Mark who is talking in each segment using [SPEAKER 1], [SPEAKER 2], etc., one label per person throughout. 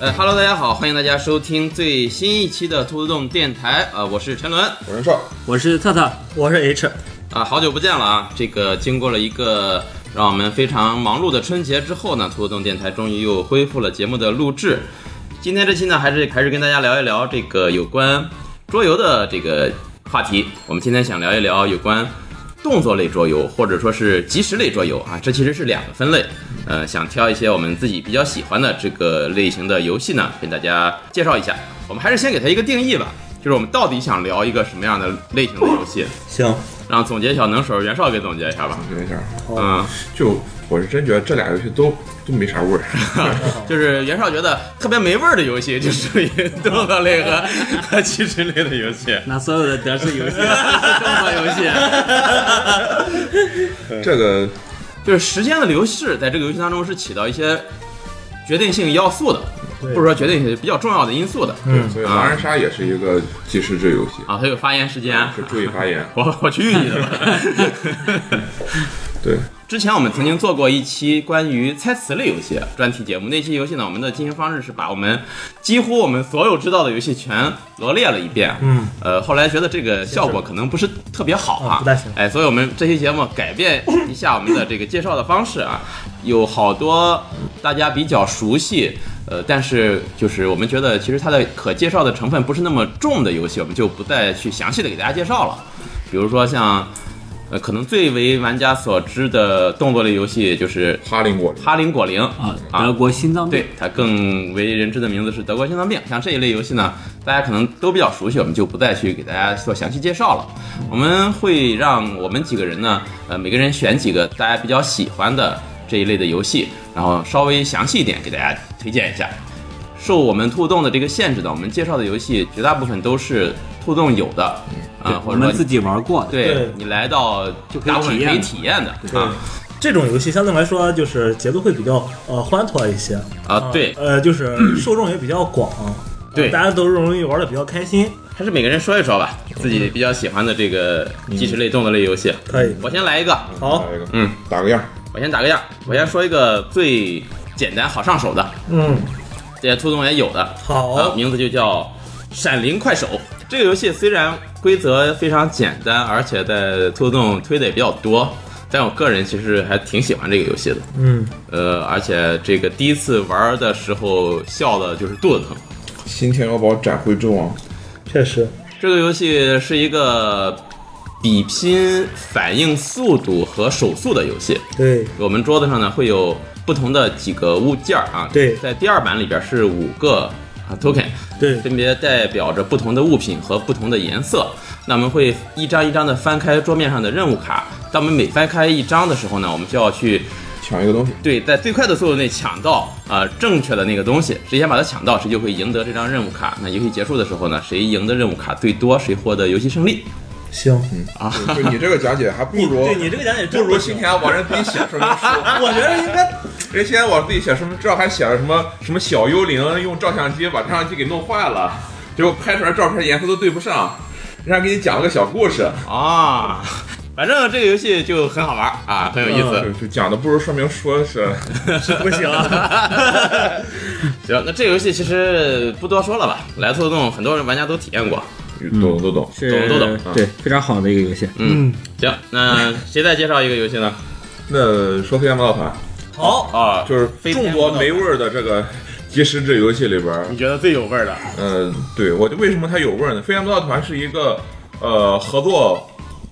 [SPEAKER 1] 呃哈喽，大家好，欢迎大家收听最新一期的兔子洞电台，呃，我是陈伦，啊、
[SPEAKER 2] 我是少，
[SPEAKER 3] 我是特特，
[SPEAKER 4] 我是 H。
[SPEAKER 1] 好久不见了啊！这个经过了一个让我们非常忙碌的春节之后呢，兔子洞电台终于又恢复了节目的录制。今天这期呢，还是还是跟大家聊一聊这个有关桌游的这个话题。我们今天想聊一聊有关动作类桌游，或者说是即时类桌游啊，这其实是两个分类。呃，想挑一些我们自己比较喜欢的这个类型的游戏呢，跟大家介绍一下。我们还是先给它一个定义吧，就是我们到底想聊一个什么样的类型的游戏，
[SPEAKER 4] 行，
[SPEAKER 2] 啊
[SPEAKER 1] 让总结小能手袁绍给总结一下吧。
[SPEAKER 2] 有一下，
[SPEAKER 3] 哦
[SPEAKER 1] 嗯，
[SPEAKER 2] 就我是真觉得这俩游戏都都没 啥味儿，
[SPEAKER 1] 就是袁绍觉得特别没味儿的游戏，就属于动作类和 和即时类的游戏。
[SPEAKER 3] 那所有的德式游戏都是动作游戏，
[SPEAKER 2] 这 个
[SPEAKER 1] 就是时间的流逝，在这个游戏当中是起到一些决定性要素的，或者说决定性比较重要的因素的。
[SPEAKER 3] 嗯
[SPEAKER 2] 对，所以狼人杀也是一个即时制游戏，
[SPEAKER 1] 啊，它有发言时间，
[SPEAKER 2] 是注意 发言，
[SPEAKER 1] 我我去你的吧！
[SPEAKER 2] 对，
[SPEAKER 1] 之前我们曾经做过一期关于猜词类游戏专题节目，那期游戏呢，我们的进行方式是把我们几乎我们所有知道的游戏全罗列了一遍。
[SPEAKER 4] 嗯，
[SPEAKER 1] 呃，后来觉得这个效果可能不是特别好啊，
[SPEAKER 4] 啊不太行
[SPEAKER 1] 哎，所以我们这期节目改变一下我们的这个介绍的方式啊，有好多大家比较熟悉。呃，但是就是我们觉得，其实它的可介绍的成分不是那么重的游戏，我们就不再去详细的给大家介绍了。比如说像，呃，可能最为玩家所知的动作类游戏就是
[SPEAKER 2] 哈林果林
[SPEAKER 1] 《哈林果林》
[SPEAKER 3] 啊，德国心脏病
[SPEAKER 1] 对，它更为人知的名字是德国心脏病。像这一类游戏呢，大家可能都比较熟悉，我们就不再去给大家做详细介绍了。我们会让我们几个人呢，呃，每个人选几个大家比较喜欢的这一类的游戏，然后稍微详细一点给大家推荐一下。受我们兔洞的这个限制呢，我们介绍的游戏绝大部分都是兔洞有的，啊、
[SPEAKER 3] 对
[SPEAKER 1] 或
[SPEAKER 3] 我
[SPEAKER 1] 者说
[SPEAKER 3] 们自己玩过的，
[SPEAKER 1] 对
[SPEAKER 4] 对
[SPEAKER 1] 你来到
[SPEAKER 3] 就可以
[SPEAKER 1] 大部分
[SPEAKER 3] 体验
[SPEAKER 1] 可以
[SPEAKER 3] 的
[SPEAKER 1] 体验的
[SPEAKER 4] 对
[SPEAKER 1] 啊
[SPEAKER 4] 这种游戏相对来说就是节奏会比较呃欢脱一些
[SPEAKER 1] 啊，对，
[SPEAKER 4] 呃， 就是受众也比较广，
[SPEAKER 1] 对
[SPEAKER 4] 呃大家都容易玩的比较开心，
[SPEAKER 1] 还是每个人说一说吧，自己比较喜欢的这个即时类动作类游戏。
[SPEAKER 4] 可以。
[SPEAKER 1] 我先来一个，
[SPEAKER 4] 好
[SPEAKER 2] 来一个，
[SPEAKER 1] 嗯，
[SPEAKER 2] 打个样，
[SPEAKER 1] 我先打个样，我先说一个最简单好上手的，
[SPEAKER 4] 嗯，
[SPEAKER 1] 这些兔动也有的，呃，
[SPEAKER 4] 好，
[SPEAKER 1] 名字就叫《闪灵快手》。这个游戏虽然规则非常简单，而且在兔动推的也比较多，但我个人其实还挺喜欢这个游戏的。
[SPEAKER 4] 嗯，
[SPEAKER 1] 呃，而且这个第一次玩的时候笑的就是肚子疼。
[SPEAKER 2] 新天鹅堡斩灰之王，
[SPEAKER 4] 确实，
[SPEAKER 1] 这个游戏是一个比拼反应速度和手速的游戏。
[SPEAKER 4] 对，
[SPEAKER 1] 我们桌子上呢会有不同的几个物件儿啊，
[SPEAKER 4] 对
[SPEAKER 1] 在第二版里边是五个啊 token，
[SPEAKER 4] 对，
[SPEAKER 1] 分别代表着不同的物品和不同的颜色。那我们会一张一张的翻开桌面上的任务卡，当我们每翻开一张的时候呢，我们就要去
[SPEAKER 2] 抢一个东西，
[SPEAKER 1] 对在最快的速度内抢到呃正确的那个东西，谁先把它抢到，谁就会赢得这张任务卡。那游戏结束的时候呢，谁赢的任务卡最多，谁获得游戏胜利
[SPEAKER 4] 行。
[SPEAKER 1] 啊。
[SPEAKER 2] 就你这个讲 解还不
[SPEAKER 4] 你
[SPEAKER 2] 如
[SPEAKER 4] 对你这个讲解
[SPEAKER 2] 不
[SPEAKER 4] 真
[SPEAKER 2] 如
[SPEAKER 4] 不
[SPEAKER 2] 新
[SPEAKER 4] 行，
[SPEAKER 2] 天鹅堡人自己写说明书。
[SPEAKER 4] 我觉得应该
[SPEAKER 2] 人现在我自己写什么，这还写了什么什么小幽灵用照相机把照相机给弄坏了，结果拍出来照片颜色都对不上，人家给你讲了个小故事，
[SPEAKER 1] 啊，反正这个游戏就很好玩儿啊，很有意思。
[SPEAKER 2] 就就讲的不如说明说是，
[SPEAKER 4] 不行 啊。
[SPEAKER 1] 嗯 行，那这个游戏其实不多说了吧，来兔洞很多人玩家都体验过。
[SPEAKER 2] 懂都懂，
[SPEAKER 3] 是
[SPEAKER 1] 懂懂懂
[SPEAKER 3] 对，非常好的一个游戏。
[SPEAKER 4] 嗯，
[SPEAKER 1] 行，那谁再介绍一个游戏呢？
[SPEAKER 2] 那说飞天魔盗团
[SPEAKER 4] 好，
[SPEAKER 1] 啊，
[SPEAKER 2] 就是
[SPEAKER 1] 天
[SPEAKER 2] 众
[SPEAKER 1] 魔
[SPEAKER 2] 多
[SPEAKER 1] 盗团
[SPEAKER 2] 没味儿的这个 即时制游戏里边儿，
[SPEAKER 1] 你觉得最有味儿的？
[SPEAKER 2] 嗯、对我为什么它有味儿呢？飞天魔盗团是一个呃合作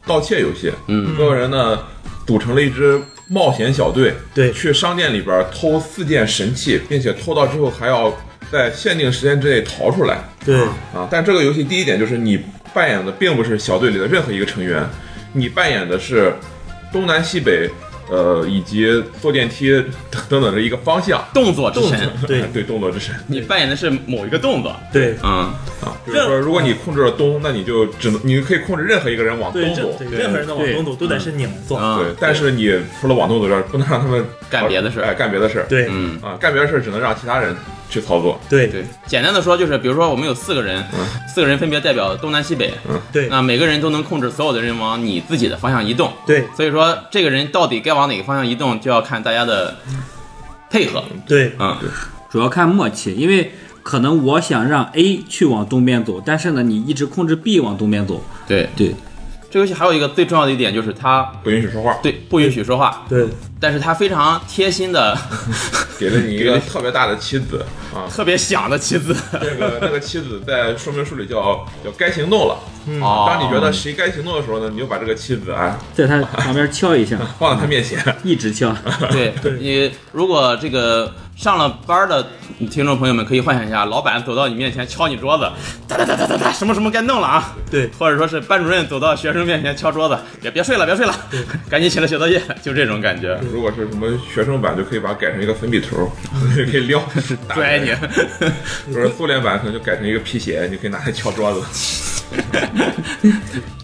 [SPEAKER 2] 盗窃游戏，
[SPEAKER 1] 嗯，
[SPEAKER 2] 所有人呢组成了一支冒险小队，
[SPEAKER 4] 对，
[SPEAKER 2] 去商店里边偷四件神器，并且偷到之后还要在限定时间之内逃出来
[SPEAKER 4] 对，
[SPEAKER 2] 啊！但这个游戏第一点就是你扮演的并不是小队里的任何一个成员，你扮演的是东南西北，呃，以及坐电梯等等的一个方向。
[SPEAKER 1] 动作之
[SPEAKER 4] 动
[SPEAKER 1] 神，
[SPEAKER 4] 作，对，
[SPEAKER 2] 对，动作之神
[SPEAKER 1] 你扮演的是某一个动作。
[SPEAKER 4] 对，
[SPEAKER 1] 嗯，
[SPEAKER 2] 啊，就是说，如果你控制了东，那你就只能你可以控制任何一个人往
[SPEAKER 4] 对，
[SPEAKER 2] 东
[SPEAKER 4] 这
[SPEAKER 2] 走。
[SPEAKER 4] 对嗯任何人的往东走都得是拧做，
[SPEAKER 1] 啊
[SPEAKER 2] 对，但是你除了往东走这儿，不能让他们
[SPEAKER 1] 干别的事儿
[SPEAKER 2] 哎，干别的事儿
[SPEAKER 4] 对，
[SPEAKER 1] 嗯，
[SPEAKER 2] 啊，干别的事儿只能让其他人去操作。
[SPEAKER 4] 对，
[SPEAKER 1] 对，简单的说就是，比如说我们有四个人，
[SPEAKER 2] 嗯
[SPEAKER 1] 四个人分别代表东南西北，
[SPEAKER 4] 对，
[SPEAKER 1] 那每个人都能控制所有的人往你自己的方向移动。
[SPEAKER 4] 对，
[SPEAKER 1] 所以说，这个人到底该往哪个方向移动，就要看大家的配合。
[SPEAKER 4] 对，
[SPEAKER 1] 嗯，
[SPEAKER 3] 主要看默契，因为可能我想让 A 去往东边走，但是呢，你一直控制 B 往东边走。
[SPEAKER 1] 对，
[SPEAKER 3] 对，
[SPEAKER 1] 这游戏还有一个最重要的一点就是它
[SPEAKER 2] 不允许说话，
[SPEAKER 1] 对不允许说话，
[SPEAKER 4] 对，
[SPEAKER 1] 但是它非常贴心的，。
[SPEAKER 2] 给了你一个特别大的棋子啊
[SPEAKER 1] 特别响的棋子。
[SPEAKER 2] 那个那个棋子在说明书里叫叫该行动了。
[SPEAKER 1] 哦，
[SPEAKER 2] 当你觉得谁该行动的时候呢，你就把这个棋子啊
[SPEAKER 3] 在他旁边 敲一下，
[SPEAKER 2] 放在他面前。
[SPEAKER 3] 一直敲。
[SPEAKER 1] 对你如果这个上了班的听众朋友们，可以幻想一下，老板走到你面前敲你桌子，哒哒哒哒哒哒，什么什么该弄了啊？
[SPEAKER 4] 对，
[SPEAKER 1] 或者说是班主任走到学生面前敲桌子，别别睡了，别睡了，赶紧起来写作业，就这种感觉，
[SPEAKER 2] 如果是什么学生版，就可以把它改成一个粉笔头，就 可以撩打
[SPEAKER 1] 拽你。
[SPEAKER 2] 人。或者苏联版可能就改成一个皮鞋，你可以拿来敲桌子，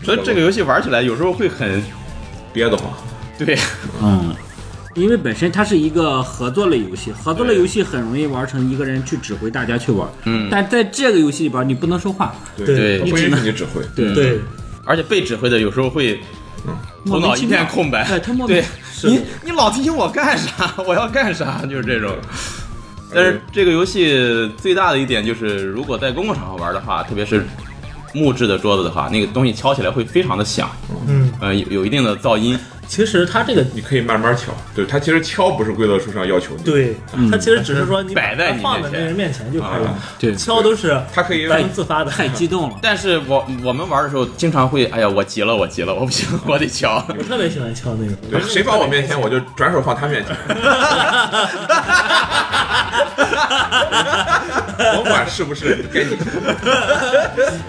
[SPEAKER 1] 所以这个游戏玩起来有时候会很
[SPEAKER 2] 憋得慌。
[SPEAKER 1] 对，
[SPEAKER 3] 嗯，因为本身它是一个合作类游戏，合作类游戏很容易玩成一个人去指挥大家去玩。
[SPEAKER 1] 嗯
[SPEAKER 3] 但在这个游戏里边，你不能说话，
[SPEAKER 4] 对
[SPEAKER 2] 它不允许你指挥。
[SPEAKER 3] 对
[SPEAKER 4] 对，
[SPEAKER 1] 而且被指挥的有时候会头
[SPEAKER 3] 莫名
[SPEAKER 1] 脑
[SPEAKER 3] 其
[SPEAKER 1] 一
[SPEAKER 3] 妙
[SPEAKER 1] 片空白。
[SPEAKER 3] 哎，他莫名
[SPEAKER 1] 对你，你老提醒我干啥？ 我要干啥？就是这种。但是这个游戏最大的一点就是，如果在公共场合玩的话，特别是木质的桌子的话，那个东西敲起来会非常的响，
[SPEAKER 4] 嗯，
[SPEAKER 1] 呃，有有一定的噪音。
[SPEAKER 4] 其实它这个
[SPEAKER 2] 你可以慢慢敲，对它其实敲不是规则书上要求你，
[SPEAKER 4] 对，它其实只嗯是说你把
[SPEAKER 1] 摆在
[SPEAKER 4] 它
[SPEAKER 1] 你
[SPEAKER 4] 放在
[SPEAKER 1] 面
[SPEAKER 4] 那
[SPEAKER 1] 前
[SPEAKER 4] 个人面前就可以了
[SPEAKER 2] 啊，
[SPEAKER 3] 对
[SPEAKER 4] 敲都是
[SPEAKER 2] 它可以
[SPEAKER 4] 本能自发的，
[SPEAKER 3] 太激动了。
[SPEAKER 1] 但是我我们玩的时候，经常会，哎呀，我急了，我急了，我不行，我得敲。
[SPEAKER 4] 我特别喜欢敲那个，
[SPEAKER 2] 对谁放我面前，我就转手放他面前。我管是不是该你，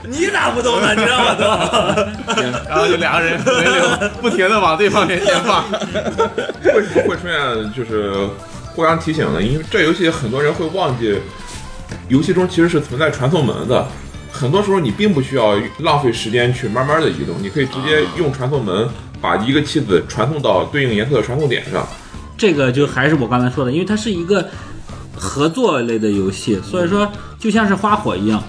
[SPEAKER 4] 你咋不动呢？你让我动，
[SPEAKER 1] 然后就两个人轮流不停的往对方面前放。
[SPEAKER 2] 为什么会出现就是互相提醒呢？因为这游戏很多人会忘记，游戏中其实是存在传送门的。很多时候你并不需要浪费时间去慢慢的移动，你可以直接用传送门把一个棋子传送到对应颜色的传送点上。
[SPEAKER 3] 这个就还是我刚才说的，因为它是一个合作类的游戏，所以说就像是花火一样，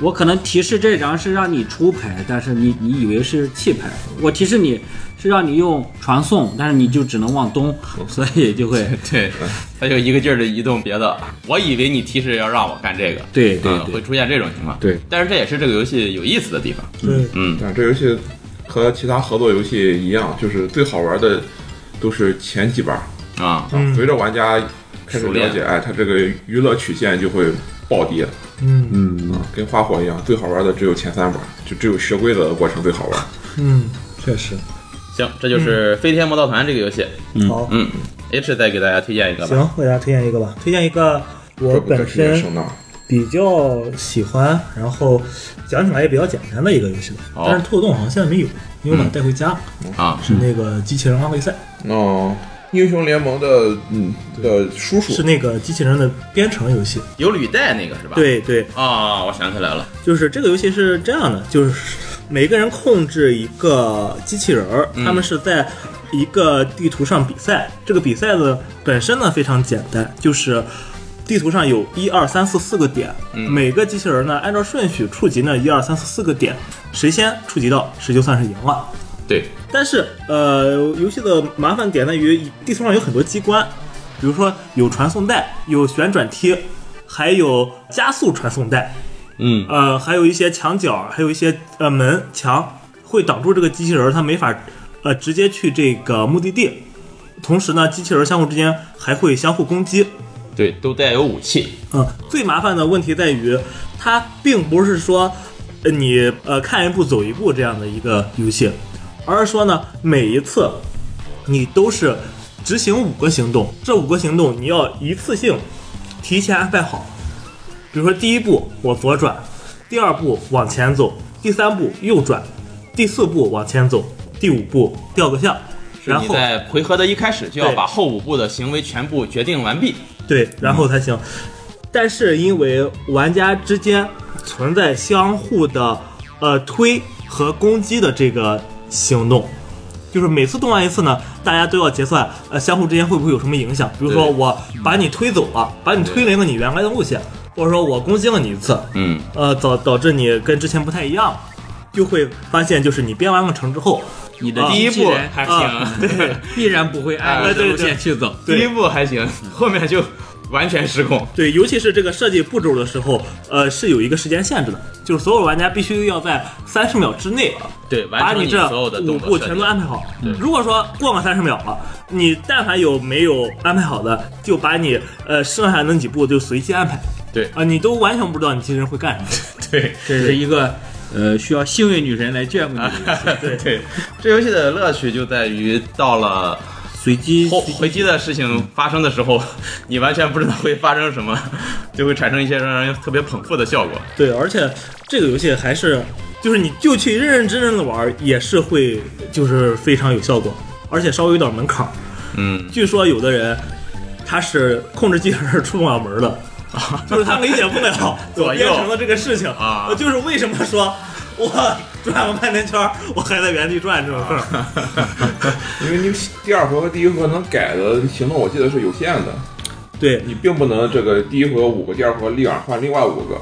[SPEAKER 3] 我可能提示这张是让你出牌，但是你你以为是弃牌，我提示你是让你用传送，但是你就只能往东，
[SPEAKER 1] 嗯
[SPEAKER 3] 所以就会
[SPEAKER 1] 对，他就一个劲儿的移动别的。我以为你提示要让我干这个，
[SPEAKER 3] 对对
[SPEAKER 1] 嗯，
[SPEAKER 3] 对
[SPEAKER 1] 会啊出现这种情况。
[SPEAKER 3] 对，
[SPEAKER 1] 但是这也是这个游戏有意思的地方。
[SPEAKER 4] 对，
[SPEAKER 1] 嗯，
[SPEAKER 2] 但这游戏和其他合作游戏一样，就是最好玩的都是前几把。
[SPEAKER 1] 啊，
[SPEAKER 4] 嗯
[SPEAKER 2] 随着玩家开始了
[SPEAKER 1] 熟
[SPEAKER 2] 解，哎，它这个娱乐曲线就会暴跌，
[SPEAKER 4] 嗯
[SPEAKER 3] 嗯，
[SPEAKER 2] 跟花火一样，最好玩的只有前三把，就只有学规则的过程最好玩。
[SPEAKER 4] 嗯，确实，
[SPEAKER 1] 行，这就是《飞天魔盗团》这个游戏。
[SPEAKER 4] 好，
[SPEAKER 1] 嗯，H 再给大家推荐一个吧。
[SPEAKER 4] 行，为大家推荐一个吧，推荐一个我
[SPEAKER 2] 这不
[SPEAKER 4] 本
[SPEAKER 2] 可是
[SPEAKER 4] 身
[SPEAKER 2] 声呐，
[SPEAKER 4] 比较喜欢，然后讲起来也比较简单的一个游戏吧。
[SPEAKER 1] 哦
[SPEAKER 4] 但是兔洞好像现在没有，因为
[SPEAKER 2] 嗯
[SPEAKER 4] 我把它带回家，
[SPEAKER 1] 啊，
[SPEAKER 4] 是那个机器人花卉赛，
[SPEAKER 2] 哦，英雄联盟的嗯的叔
[SPEAKER 4] 是
[SPEAKER 2] 叔，
[SPEAKER 4] 那个机器人的编程游戏。
[SPEAKER 1] 有履带那个是吧？。
[SPEAKER 4] 对对，
[SPEAKER 1] 啊、我想起来了，
[SPEAKER 4] 就是这个游戏是这样的，就是每个人控制一个机器人儿，他们是在一个地图上比赛。这个比赛的本身呢非常简单，就是。地图上有一二三四四个点，每个机器人呢按照顺序触及那一二三四四个点，谁先触及到谁就算是赢了。
[SPEAKER 1] 对，
[SPEAKER 4] 但是呃，游戏的麻烦点在于地图上有很多机关，比如说有传送带，有旋转梯，还有加速传送带，
[SPEAKER 1] 嗯，
[SPEAKER 4] 呃，还有一些墙角，还有一些呃门墙会挡住这个机器人儿，它没法呃直接去这个目的地。同时呢，机器人儿相互之间还会相互攻击。
[SPEAKER 1] 对，都带有武器，
[SPEAKER 4] 嗯，最麻烦的问题在于，它并不是说呃你呃看一步走一步这样的一个游戏，而是说呢，每一次你都是执行五个行动，这五个行动你要一次性提前安排好。比如说，第一步我左转，第二步往前走，第三步右转，第四步往前走，第五步掉个向，然
[SPEAKER 1] 你
[SPEAKER 4] 后
[SPEAKER 1] 在回合的一开始就要
[SPEAKER 4] 对
[SPEAKER 1] 把后五步的行为全部决定完毕。
[SPEAKER 4] 对，然后才行。但是因为玩家之间存在相互的呃推和攻击的这个行动，就是每次动完一次呢，大家都要结算呃相互之间会不会有什么影响？比如说
[SPEAKER 1] 对
[SPEAKER 4] 我把你推走了，把你推离了你原来的路线，或者说我攻击了你一次，
[SPEAKER 1] 嗯，
[SPEAKER 4] 呃导导致你跟之前不太一样，就会发现就是你编完了程之后，
[SPEAKER 3] 你的
[SPEAKER 4] 啊
[SPEAKER 1] 第一
[SPEAKER 3] 机器
[SPEAKER 1] 步
[SPEAKER 3] 人
[SPEAKER 1] 还
[SPEAKER 4] 啊
[SPEAKER 1] 行，
[SPEAKER 3] 必然不会按
[SPEAKER 1] 啊
[SPEAKER 3] 你的
[SPEAKER 4] 对
[SPEAKER 3] 路
[SPEAKER 4] 对
[SPEAKER 3] 线去走。
[SPEAKER 1] 嗯第一步还行，后面就完全失控。
[SPEAKER 4] 对，尤其是这个设计步骤的时候，呃，是有一个时间限制的，就是所有玩家必须要在三十秒之内
[SPEAKER 1] 对，
[SPEAKER 4] 把
[SPEAKER 1] 完成
[SPEAKER 4] 这
[SPEAKER 1] 所有的
[SPEAKER 4] 五
[SPEAKER 1] 动
[SPEAKER 4] 步
[SPEAKER 1] 作设
[SPEAKER 4] 全
[SPEAKER 1] 计
[SPEAKER 4] 都。安排好。如果说过了三十秒了，你但凡有没有安排好的，就把你呃剩下那几步就随机安排。
[SPEAKER 1] 对
[SPEAKER 4] 啊、你都完全不知道你其实会干什 么。
[SPEAKER 1] 对
[SPEAKER 3] 这是一个呃需要幸运女神来眷顾你的游戏，
[SPEAKER 1] 对对，这游戏的乐趣就在于到了
[SPEAKER 3] 随机
[SPEAKER 1] 后回击的事情发生的时候，你完全不知道会发生什么，就会产生一些让人特别捧腹的效果。
[SPEAKER 4] 对，而且这个游戏还是，就是你就去认认真真的玩，也是会就是非常有效果，而且稍微有点门槛儿。
[SPEAKER 1] 嗯，
[SPEAKER 4] 据说有的人他是控制机器人儿出不了门儿 的，就是他理解不了
[SPEAKER 1] 左右
[SPEAKER 4] 变成了这个事情呃
[SPEAKER 1] 啊
[SPEAKER 4] 就是为什么说我转了半天圈儿，我还在原地转这种事
[SPEAKER 1] 啊
[SPEAKER 4] 儿。
[SPEAKER 2] 因为你第二回和第一回能改的行动，我记得是有限的，
[SPEAKER 4] 对，
[SPEAKER 2] 你并不能这个第一回有五个，第二回立马换另外五个，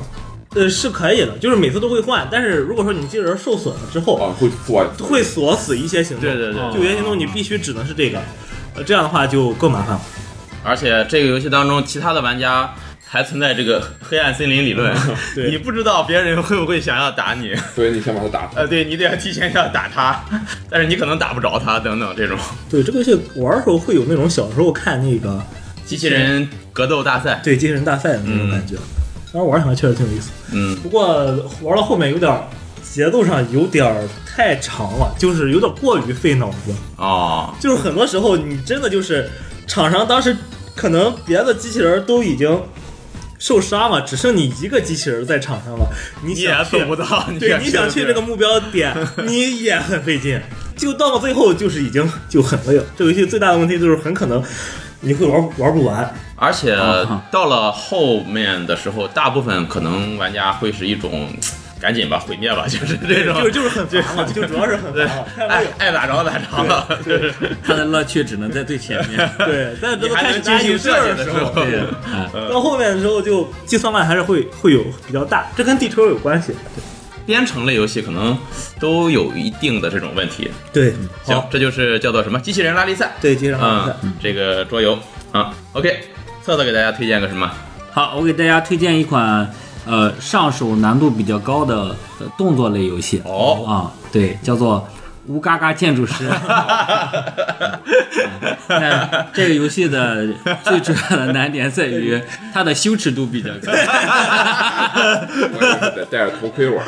[SPEAKER 4] 呃，是可以的，就是每次都会换，但是如果说你机器人儿受损了之后，
[SPEAKER 2] 啊，会做
[SPEAKER 4] 哦会锁死一些行动。
[SPEAKER 1] 哦对对对。
[SPEAKER 4] 就原行动你必须只能是这个，呃，这样的话就更麻烦了。
[SPEAKER 1] 而且这个游戏当中，其他的玩家还存在这个黑暗森林理论，
[SPEAKER 4] 对
[SPEAKER 1] 你不知道别人会不会想要打 你，
[SPEAKER 2] 所以你先把它打死。
[SPEAKER 1] 呃，对你得要提前要打他，但是你可能打不着他等等 这种
[SPEAKER 4] 对，这个游戏玩的时候会有那种小时候看那个
[SPEAKER 1] 机器人格斗大赛。
[SPEAKER 4] 对机器人大赛的那种感觉，当时玩起来确实挺有意思。
[SPEAKER 1] 嗯，
[SPEAKER 4] 不过玩到后面有点儿节奏上有点儿太长了，就是有点儿过于费脑子。
[SPEAKER 1] 哦，
[SPEAKER 4] 就是很多时候你真的就是厂商当时可能别的机器人都已经受伤了，只剩你一个机器人在场上了，你
[SPEAKER 1] 你也
[SPEAKER 4] 想去
[SPEAKER 1] 做不 到，
[SPEAKER 4] 对
[SPEAKER 1] 也，
[SPEAKER 4] 你想去那个目标 点，你也很费劲，就到了最后就是已经就很累了。这个游戏最大的问题就是很可能你会玩玩不完，
[SPEAKER 1] 而且
[SPEAKER 4] 嗯
[SPEAKER 3] 啊
[SPEAKER 1] 到了后面的时候，大部分可能玩家会是一种赶紧吧，毁灭吧，就是这种，
[SPEAKER 4] 就就是很烦了，就主要是很
[SPEAKER 1] 对
[SPEAKER 4] 烦了，太
[SPEAKER 1] 爱
[SPEAKER 4] 累了。
[SPEAKER 1] 爱咋着咋着，就是
[SPEAKER 3] 他的乐趣只能在最前面。
[SPEAKER 4] 对，但这
[SPEAKER 1] 哎你
[SPEAKER 4] 个
[SPEAKER 1] 还
[SPEAKER 4] 开
[SPEAKER 1] 能
[SPEAKER 4] 始大
[SPEAKER 1] 进
[SPEAKER 4] 家
[SPEAKER 1] 行
[SPEAKER 4] 有事
[SPEAKER 1] 设
[SPEAKER 4] 儿
[SPEAKER 1] 计的
[SPEAKER 4] 时
[SPEAKER 1] 时
[SPEAKER 4] 候，
[SPEAKER 1] 候，
[SPEAKER 3] 对，哎
[SPEAKER 4] 到后面的时候就计算量还是会会有比较大，这跟地球有关系。
[SPEAKER 1] 编程类游戏可能都有一定的这种问题。
[SPEAKER 4] 对，
[SPEAKER 1] 行
[SPEAKER 4] 好，，
[SPEAKER 1] 这就是叫做什么机器人拉力赛，
[SPEAKER 4] 对，接着往下
[SPEAKER 1] 啊
[SPEAKER 4] 看，，
[SPEAKER 1] 这个桌游啊，OK，策策给大家推荐个什么？
[SPEAKER 3] 好，我给大家推荐一款呃上手难度比较高的、呃动作类游戏。
[SPEAKER 1] 哦
[SPEAKER 3] 啊，对，叫做《乌嘎嘎建 筑师》。那这个游戏的最主要的难点在于它的羞耻度比较 高。
[SPEAKER 2] 我也是得戴着头 盔玩。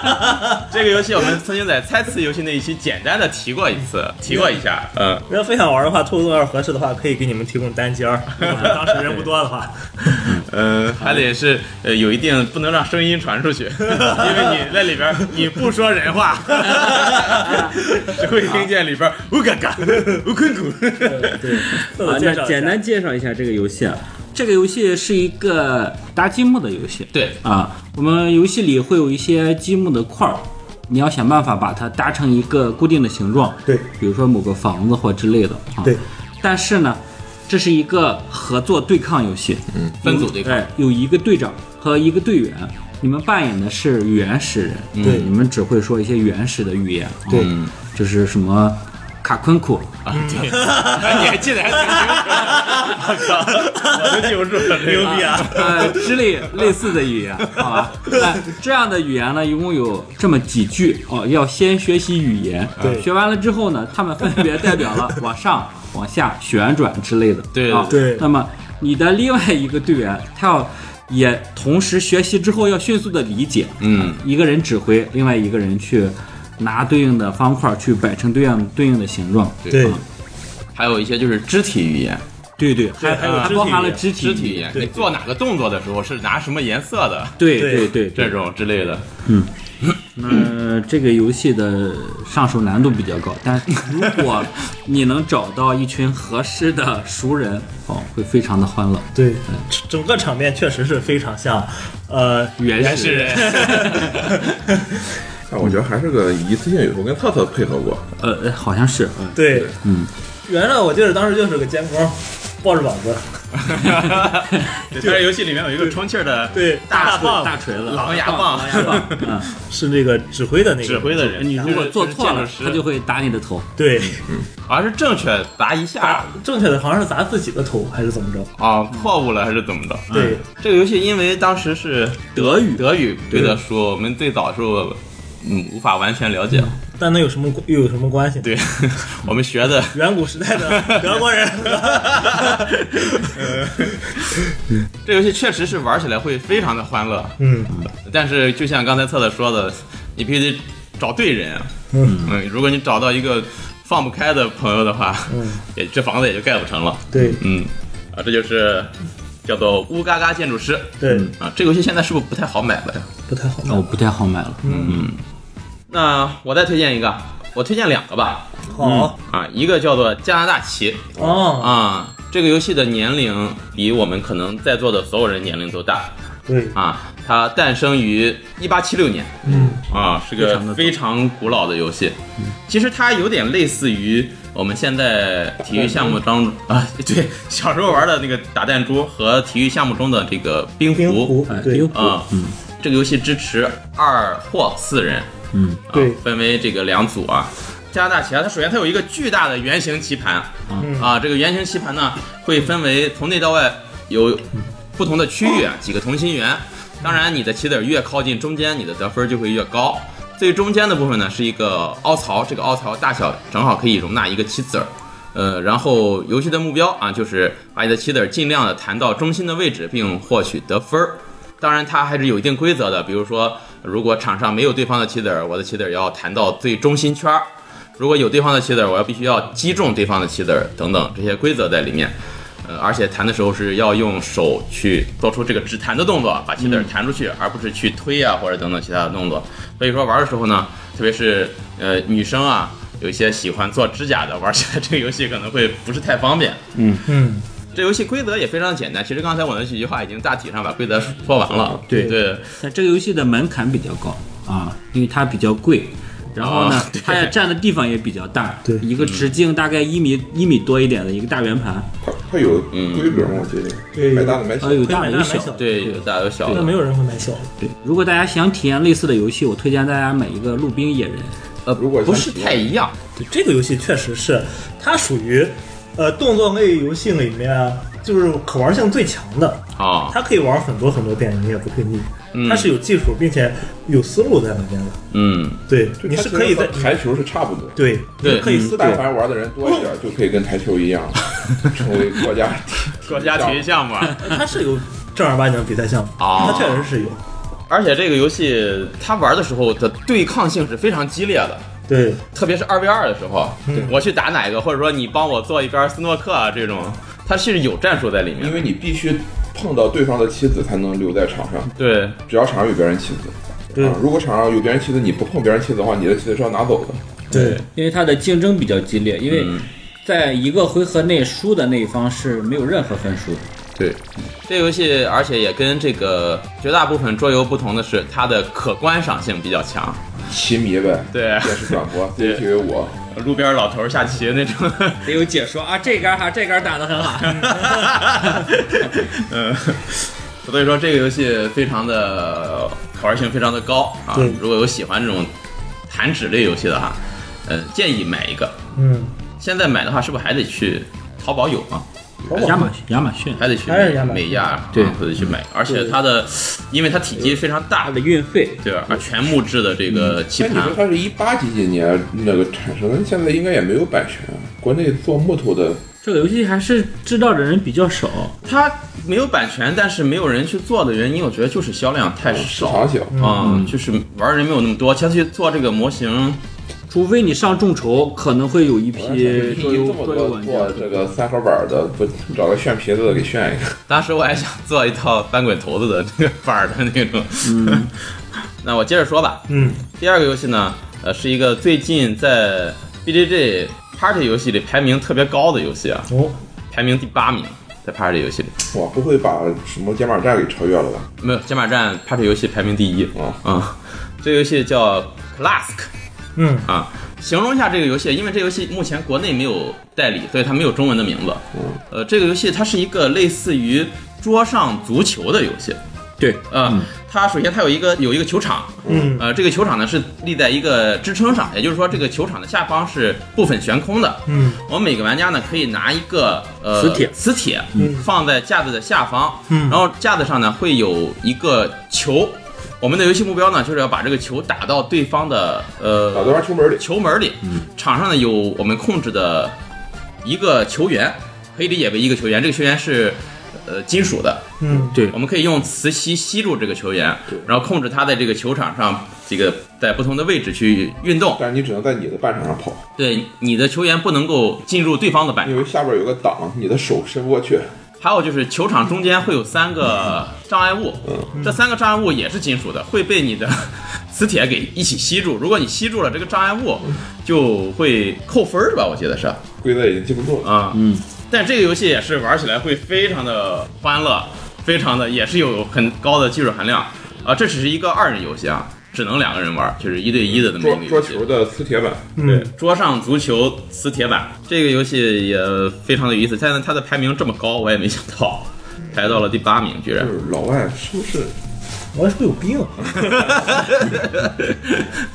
[SPEAKER 1] 这个游戏我们曾经在猜词游戏那一期简单的提过一次，提过一下，嗯，
[SPEAKER 4] 如果非想玩的话，兔子二合适的话，可以给你们提供单间儿。当时人不多的话，
[SPEAKER 1] 呃，还得是呃有一定不能让声音传出去，因 为你在里边儿你不说人话，只会听见里边儿呜嘎嘎呜坤咕。
[SPEAKER 4] 特
[SPEAKER 3] 啊
[SPEAKER 4] 地，介绍
[SPEAKER 3] 那
[SPEAKER 4] 一下
[SPEAKER 3] 简单介绍一下这个游戏。啊，这个游戏是一个搭积木的游戏。
[SPEAKER 1] 对
[SPEAKER 3] 啊，我们游戏里会有一些积木的块儿，你要想办法把它搭成一个固定的形状。
[SPEAKER 4] 对，
[SPEAKER 3] 比如说某个房子或之类的。啊、
[SPEAKER 4] 对，
[SPEAKER 3] 但是呢，这是一个合作对抗游戏，嗯，
[SPEAKER 1] 分组对抗
[SPEAKER 3] 哎，有一个队长和一个队员。你们扮演的是原始人，嗯
[SPEAKER 4] 对
[SPEAKER 3] 你们只会说一些原始的语言，
[SPEAKER 4] 对
[SPEAKER 3] 嗯，就是什么卡昆库，
[SPEAKER 1] 啊，对，你还记得还挺 清楚，我靠，我都记不住了，这
[SPEAKER 4] 牛
[SPEAKER 1] 个
[SPEAKER 4] 逼啊！
[SPEAKER 3] 呃之类类似的语言，好吧？那这样的语言呢，一共有这么几句哦，要先学习语言，呃
[SPEAKER 4] 对
[SPEAKER 3] 学完了之后呢，他们分别代表了往上、往下、旋转之类的，
[SPEAKER 1] 对
[SPEAKER 3] 啊，
[SPEAKER 4] 对
[SPEAKER 3] 那么你的另外一个队员，他要也同时学习之后，要迅速的理解，
[SPEAKER 1] 嗯，
[SPEAKER 3] 一个人指挥，另外一个人去拿对应的方块去摆成对应对应的形状。
[SPEAKER 4] 对
[SPEAKER 1] 还有一些就是肢体语言，
[SPEAKER 3] 对对，还
[SPEAKER 4] 还有肢体
[SPEAKER 3] 包含了
[SPEAKER 4] 语言
[SPEAKER 3] 肢
[SPEAKER 1] 肢体
[SPEAKER 3] 体
[SPEAKER 1] 语言，
[SPEAKER 4] 对
[SPEAKER 1] 你做哪个动作的时候是拿什么颜色的，
[SPEAKER 3] 对
[SPEAKER 4] 对
[SPEAKER 3] 对对，
[SPEAKER 1] 这种之类的。
[SPEAKER 3] 呃，这个游戏的上手难度比较高，但如果你能找到一群合适的熟人，哦，会非常的欢乐。
[SPEAKER 4] 对，整个场面确实是非常像，呃，
[SPEAKER 3] 原
[SPEAKER 1] 是
[SPEAKER 3] 人，
[SPEAKER 2] 但哎我觉得还是个一次性语，我跟特特配合过，
[SPEAKER 3] 呃，好像是，
[SPEAKER 4] 对，嗯，原来我记得当时就是个监工，抱着膀子，
[SPEAKER 1] 对，它这游戏里面有一个充气儿的
[SPEAKER 4] 对大
[SPEAKER 3] 锤
[SPEAKER 4] 棒
[SPEAKER 3] 大锤子，
[SPEAKER 1] 狼牙棒
[SPEAKER 3] 狼牙棒，嗯，
[SPEAKER 4] 是那个指挥的那个
[SPEAKER 1] 指挥的人，
[SPEAKER 3] 你如果做错了，
[SPEAKER 1] 是
[SPEAKER 3] 他就会打你的头。
[SPEAKER 4] 对，
[SPEAKER 1] 好像是正确砸一下
[SPEAKER 3] 啊
[SPEAKER 4] 砸正确的好像是砸自己的头还是怎么着？
[SPEAKER 1] 啊，错误了还是怎么着？
[SPEAKER 4] 对，
[SPEAKER 1] 这个游戏因为当时是
[SPEAKER 3] 嗯德语
[SPEAKER 1] 德语对的书，我们最早的时候嗯无法完全了解，
[SPEAKER 4] 但那有什么又有什么关 系？，
[SPEAKER 1] 对 我们学 的
[SPEAKER 4] 远古时代的德国人，
[SPEAKER 1] 这游戏确实是玩起来会非常的欢乐，
[SPEAKER 4] 嗯，
[SPEAKER 1] 但是就像刚才策策说的，你必须得找对人，
[SPEAKER 4] 嗯
[SPEAKER 1] 嗯，如果你找到一个放不开的朋友的话，
[SPEAKER 4] 嗯，
[SPEAKER 1] 也这房子也就盖不成了，
[SPEAKER 4] 对
[SPEAKER 1] 嗯，啊，这就是叫做乌嘎嘎建筑师
[SPEAKER 4] 对，
[SPEAKER 1] 啊，这个游戏现在是不是不太好买了呀？
[SPEAKER 4] 不太好
[SPEAKER 3] 哦，不太好买了。
[SPEAKER 1] 那我再推荐一个，我推荐两个吧，
[SPEAKER 4] 好
[SPEAKER 1] 啊，一个叫做加拿大棋
[SPEAKER 4] 哦，
[SPEAKER 1] 啊，这个游戏的年龄比我们可能在座的所有人年龄都大
[SPEAKER 4] 对，
[SPEAKER 1] 啊，它诞生于一八七六年，
[SPEAKER 4] 嗯，
[SPEAKER 1] 啊，是
[SPEAKER 3] 非
[SPEAKER 1] 个
[SPEAKER 3] 常地早嗯
[SPEAKER 1] 非常古老的游戏。其实它有点类似于我们现在体育项目当啊，对，小时候玩的那个打弹珠和体育项目中的这个冰
[SPEAKER 4] 冰
[SPEAKER 1] 壶
[SPEAKER 4] 壶
[SPEAKER 3] 哎，
[SPEAKER 4] 对
[SPEAKER 3] 优
[SPEAKER 1] 啊。
[SPEAKER 3] 嗯
[SPEAKER 1] 这个游戏支持二或四人，
[SPEAKER 3] 嗯，
[SPEAKER 1] 啊
[SPEAKER 4] 对
[SPEAKER 1] 分为这个两组啊。加拿大棋啊，它首先它有一个巨大的圆形棋盘，
[SPEAKER 4] 嗯
[SPEAKER 1] 啊，这个圆形棋盘呢会分为从内到外有不同的区域啊，几个同心圆。当然，你的棋子越靠近中间，你的得分就会越高。最中间的部分呢是一个凹槽，这个凹槽大小正好可以容纳一个棋子儿。呃，然后游戏的目标啊，就是把你的棋子儿尽量的弹到中心的位置，并获取得分儿。当然，它还是有一定规则的，比如说，如果场上没有对方的棋子儿，我的棋子儿要弹到最中心圈儿；如果有对方的棋子儿，我要必须要击中对方的棋子儿等等这些规则在里面。呃，而且弹的时候是要用手去做出这个直弹的动作，把棋子儿弹出去，而不是去推啊或者等等其他的动作。所以说玩的时候呢，特别是呃女生啊，有一些喜欢做指甲的，玩起来这个游戏可能会不是太方便。
[SPEAKER 4] 嗯，
[SPEAKER 1] 这游戏规则也非常简单，其实刚才我那几句话已经大体上把规则说完了。
[SPEAKER 3] 对
[SPEAKER 1] 对，
[SPEAKER 3] 但这个游戏的门槛比较高啊，因为它比较贵。然后呢
[SPEAKER 1] 啊对，
[SPEAKER 3] 它也占的地方也比较大，
[SPEAKER 4] 对
[SPEAKER 3] 一个直径大概一米一米多一点的一个大圆盘，
[SPEAKER 2] 它它有
[SPEAKER 1] 嗯
[SPEAKER 2] 规格吗？我记得
[SPEAKER 4] 对哎
[SPEAKER 2] 买大的买小
[SPEAKER 3] 啊，有
[SPEAKER 4] 可以
[SPEAKER 3] 大
[SPEAKER 4] 买
[SPEAKER 3] 有
[SPEAKER 4] 大
[SPEAKER 3] 小
[SPEAKER 4] 买，小，
[SPEAKER 1] 对，有大有小
[SPEAKER 4] 那
[SPEAKER 1] 的。
[SPEAKER 4] 没有人会买小的，
[SPEAKER 3] 对，如果大家想体验类似的游戏，我推荐大家买一个《陆冰野人》。
[SPEAKER 1] 呃，
[SPEAKER 2] 如果
[SPEAKER 1] 不是太一样，
[SPEAKER 4] 对，这个游戏确实是它属于呃动作类游戏里面就是可玩性最强的，
[SPEAKER 1] 啊，
[SPEAKER 4] 它可以玩很多很多遍，你也不会腻。
[SPEAKER 1] 嗯
[SPEAKER 4] 它是有技术，并且有思路在里面的。
[SPEAKER 1] 嗯，
[SPEAKER 4] 对，
[SPEAKER 2] 就
[SPEAKER 4] 你
[SPEAKER 2] 它
[SPEAKER 4] 是
[SPEAKER 2] 其
[SPEAKER 4] 可
[SPEAKER 2] 实
[SPEAKER 4] 以
[SPEAKER 2] 和
[SPEAKER 4] 在
[SPEAKER 2] 台球是差不多。
[SPEAKER 4] 对，
[SPEAKER 1] 对
[SPEAKER 4] 你是可以思考
[SPEAKER 2] 但。凡玩的人多一点，就可以跟台球一样，成为国家
[SPEAKER 1] 国家体育项目啊。
[SPEAKER 4] 它是有正儿八经的比赛项目，
[SPEAKER 1] 啊
[SPEAKER 4] 它确实是有。
[SPEAKER 1] 而且这个游戏它玩的时候的对抗性是非常激烈的，
[SPEAKER 4] 对，
[SPEAKER 1] 特别是二 v 二的时候，我去打哪个，或者说你帮我做一边斯诺克啊这种，它是有战术在里面
[SPEAKER 2] 因
[SPEAKER 1] 的。
[SPEAKER 2] 为你必须碰到对方的妻子才能留在场上，
[SPEAKER 1] 对，
[SPEAKER 2] 只要场上有别人妻子。
[SPEAKER 4] 对
[SPEAKER 2] 啊，如果场上有别人妻子，你不碰别人妻子的话，你的妻子是要拿走的。
[SPEAKER 4] 对，
[SPEAKER 3] 因为它的竞争比较激烈，因为
[SPEAKER 1] 嗯
[SPEAKER 3] 在一个回合内输的那一方是没有任何分数的。
[SPEAKER 2] 对，
[SPEAKER 1] 这游戏而且也跟这个绝大部分桌游不同的是，它的可观赏性比较强。
[SPEAKER 2] 棋迷呗，
[SPEAKER 1] 对
[SPEAKER 2] 电视转播
[SPEAKER 1] 对
[SPEAKER 2] ，CCTV 五，
[SPEAKER 1] 路边老头下棋那种，
[SPEAKER 3] 得有解说啊，这杆哈，这杆打得很好。
[SPEAKER 1] 嗯， 所以说这个游戏非常的可玩性非常的高啊
[SPEAKER 4] 对。
[SPEAKER 1] 如果有喜欢这种弹指类游戏的哈，呃，建议买一个。
[SPEAKER 4] 嗯，
[SPEAKER 1] 现在买的话，是不是还得去淘宝有啊？
[SPEAKER 4] 淘
[SPEAKER 3] 亚
[SPEAKER 4] 宝
[SPEAKER 3] 马逊，亚马逊，
[SPEAKER 1] 还得去
[SPEAKER 4] 还是亚马逊
[SPEAKER 1] 美亚，啊
[SPEAKER 3] 对
[SPEAKER 1] 还得去买。而且它的，因为它体积非常
[SPEAKER 3] 它
[SPEAKER 1] 大，
[SPEAKER 3] 的运费
[SPEAKER 1] 对吧？而全木质的这个棋
[SPEAKER 2] 但你
[SPEAKER 1] 盘
[SPEAKER 2] 说，它是一八几几年那个产生的，现在应该也没有版权。啊国内做木头的，
[SPEAKER 3] 这个游戏还是知道的人比较少，
[SPEAKER 1] 它没有版权，但是没有人去做的原因，我觉得就是销量太
[SPEAKER 2] 市
[SPEAKER 1] 少
[SPEAKER 2] 场小，
[SPEAKER 1] 啊、就是玩的人没有那么多。其实去做这个模型，
[SPEAKER 3] 除非你上众筹，可能会有一批
[SPEAKER 2] 你
[SPEAKER 3] 桌
[SPEAKER 2] 这
[SPEAKER 3] 游
[SPEAKER 2] 么
[SPEAKER 3] 桌
[SPEAKER 2] 多
[SPEAKER 3] 游玩
[SPEAKER 2] 做
[SPEAKER 3] 家。
[SPEAKER 2] 这个三合板的，不找个炫皮子的给炫一个？
[SPEAKER 1] 当时我还想做一套翻滚头子的那个板儿的那种。嗯， 那我接着说吧。
[SPEAKER 4] 嗯，
[SPEAKER 1] 第二个游戏呢，呃，是一个最近在 BJJ Party 游戏里排名特别高的游戏啊，
[SPEAKER 4] 哦，
[SPEAKER 1] 排名第八名，在 Party 游戏里。
[SPEAKER 2] 哇，不会把什么肩膀战给超越了吧？
[SPEAKER 1] 没有，解码战嗯 Party 游戏排名第一。
[SPEAKER 2] 哦
[SPEAKER 1] 啊、这个游戏叫 Clask
[SPEAKER 4] 嗯，
[SPEAKER 1] 啊，形容一下这个游戏，因为这游戏目前国内没有代理，所以它没有中文的名字。呃，这个游戏它是一个类似于桌上足球的游戏。
[SPEAKER 3] 对，
[SPEAKER 1] 呃，它首先它有一个有一个球场，
[SPEAKER 4] 嗯
[SPEAKER 1] 呃，这个球场呢是立在一个支撑上，也就是说这个球场的下方是部分悬空的。
[SPEAKER 4] 嗯，
[SPEAKER 1] 我们每个玩家呢可以拿一个呃
[SPEAKER 3] 磁铁
[SPEAKER 1] 磁铁放在架子的下方，
[SPEAKER 4] 嗯
[SPEAKER 1] 然后架子上呢会有一个球。我们的游戏目标呢，就是要把这个球打到对方的呃
[SPEAKER 2] 打到玩球门里，
[SPEAKER 1] 球门里，
[SPEAKER 4] 嗯
[SPEAKER 1] 场上呢有我们控制的一个球员，可以理解为一个球员，这个球员是呃金属的，
[SPEAKER 4] 嗯
[SPEAKER 3] 对
[SPEAKER 1] 我们可以用磁吸吸住这个球员，然后控制他在这个球场上这个在不同的位置去运动。
[SPEAKER 2] 但是你只能在你的半场上跑，
[SPEAKER 1] 对，你的球员不能够进入对方的板
[SPEAKER 2] 因
[SPEAKER 1] 场。
[SPEAKER 2] 为下边有个挡，你的手伸不过去。
[SPEAKER 1] 还有就是球场中间会有三个障碍物，这三个障碍物也是金属的，会被你的 磁铁给一起吸住。如果你吸住了这个障碍物，就会扣分儿吧？我记得是。
[SPEAKER 2] 规则已经记不住了。
[SPEAKER 1] 啊，嗯，但这个游戏也是玩起来会非常的欢乐，非常的也是有很高的技术含量啊。这只是一个二人游戏啊，只能两个人玩，就是一对一的这么
[SPEAKER 2] 桌
[SPEAKER 1] 一个
[SPEAKER 2] 桌
[SPEAKER 1] 游戏
[SPEAKER 2] 球。的磁铁板，
[SPEAKER 4] 嗯，
[SPEAKER 1] 桌上足球磁铁板这个游戏也非常的有意思，但是它的排名这么高，我也没想到，排到了第八名，居然
[SPEAKER 2] 就。是老外是不是
[SPEAKER 4] 我是不是有病啊？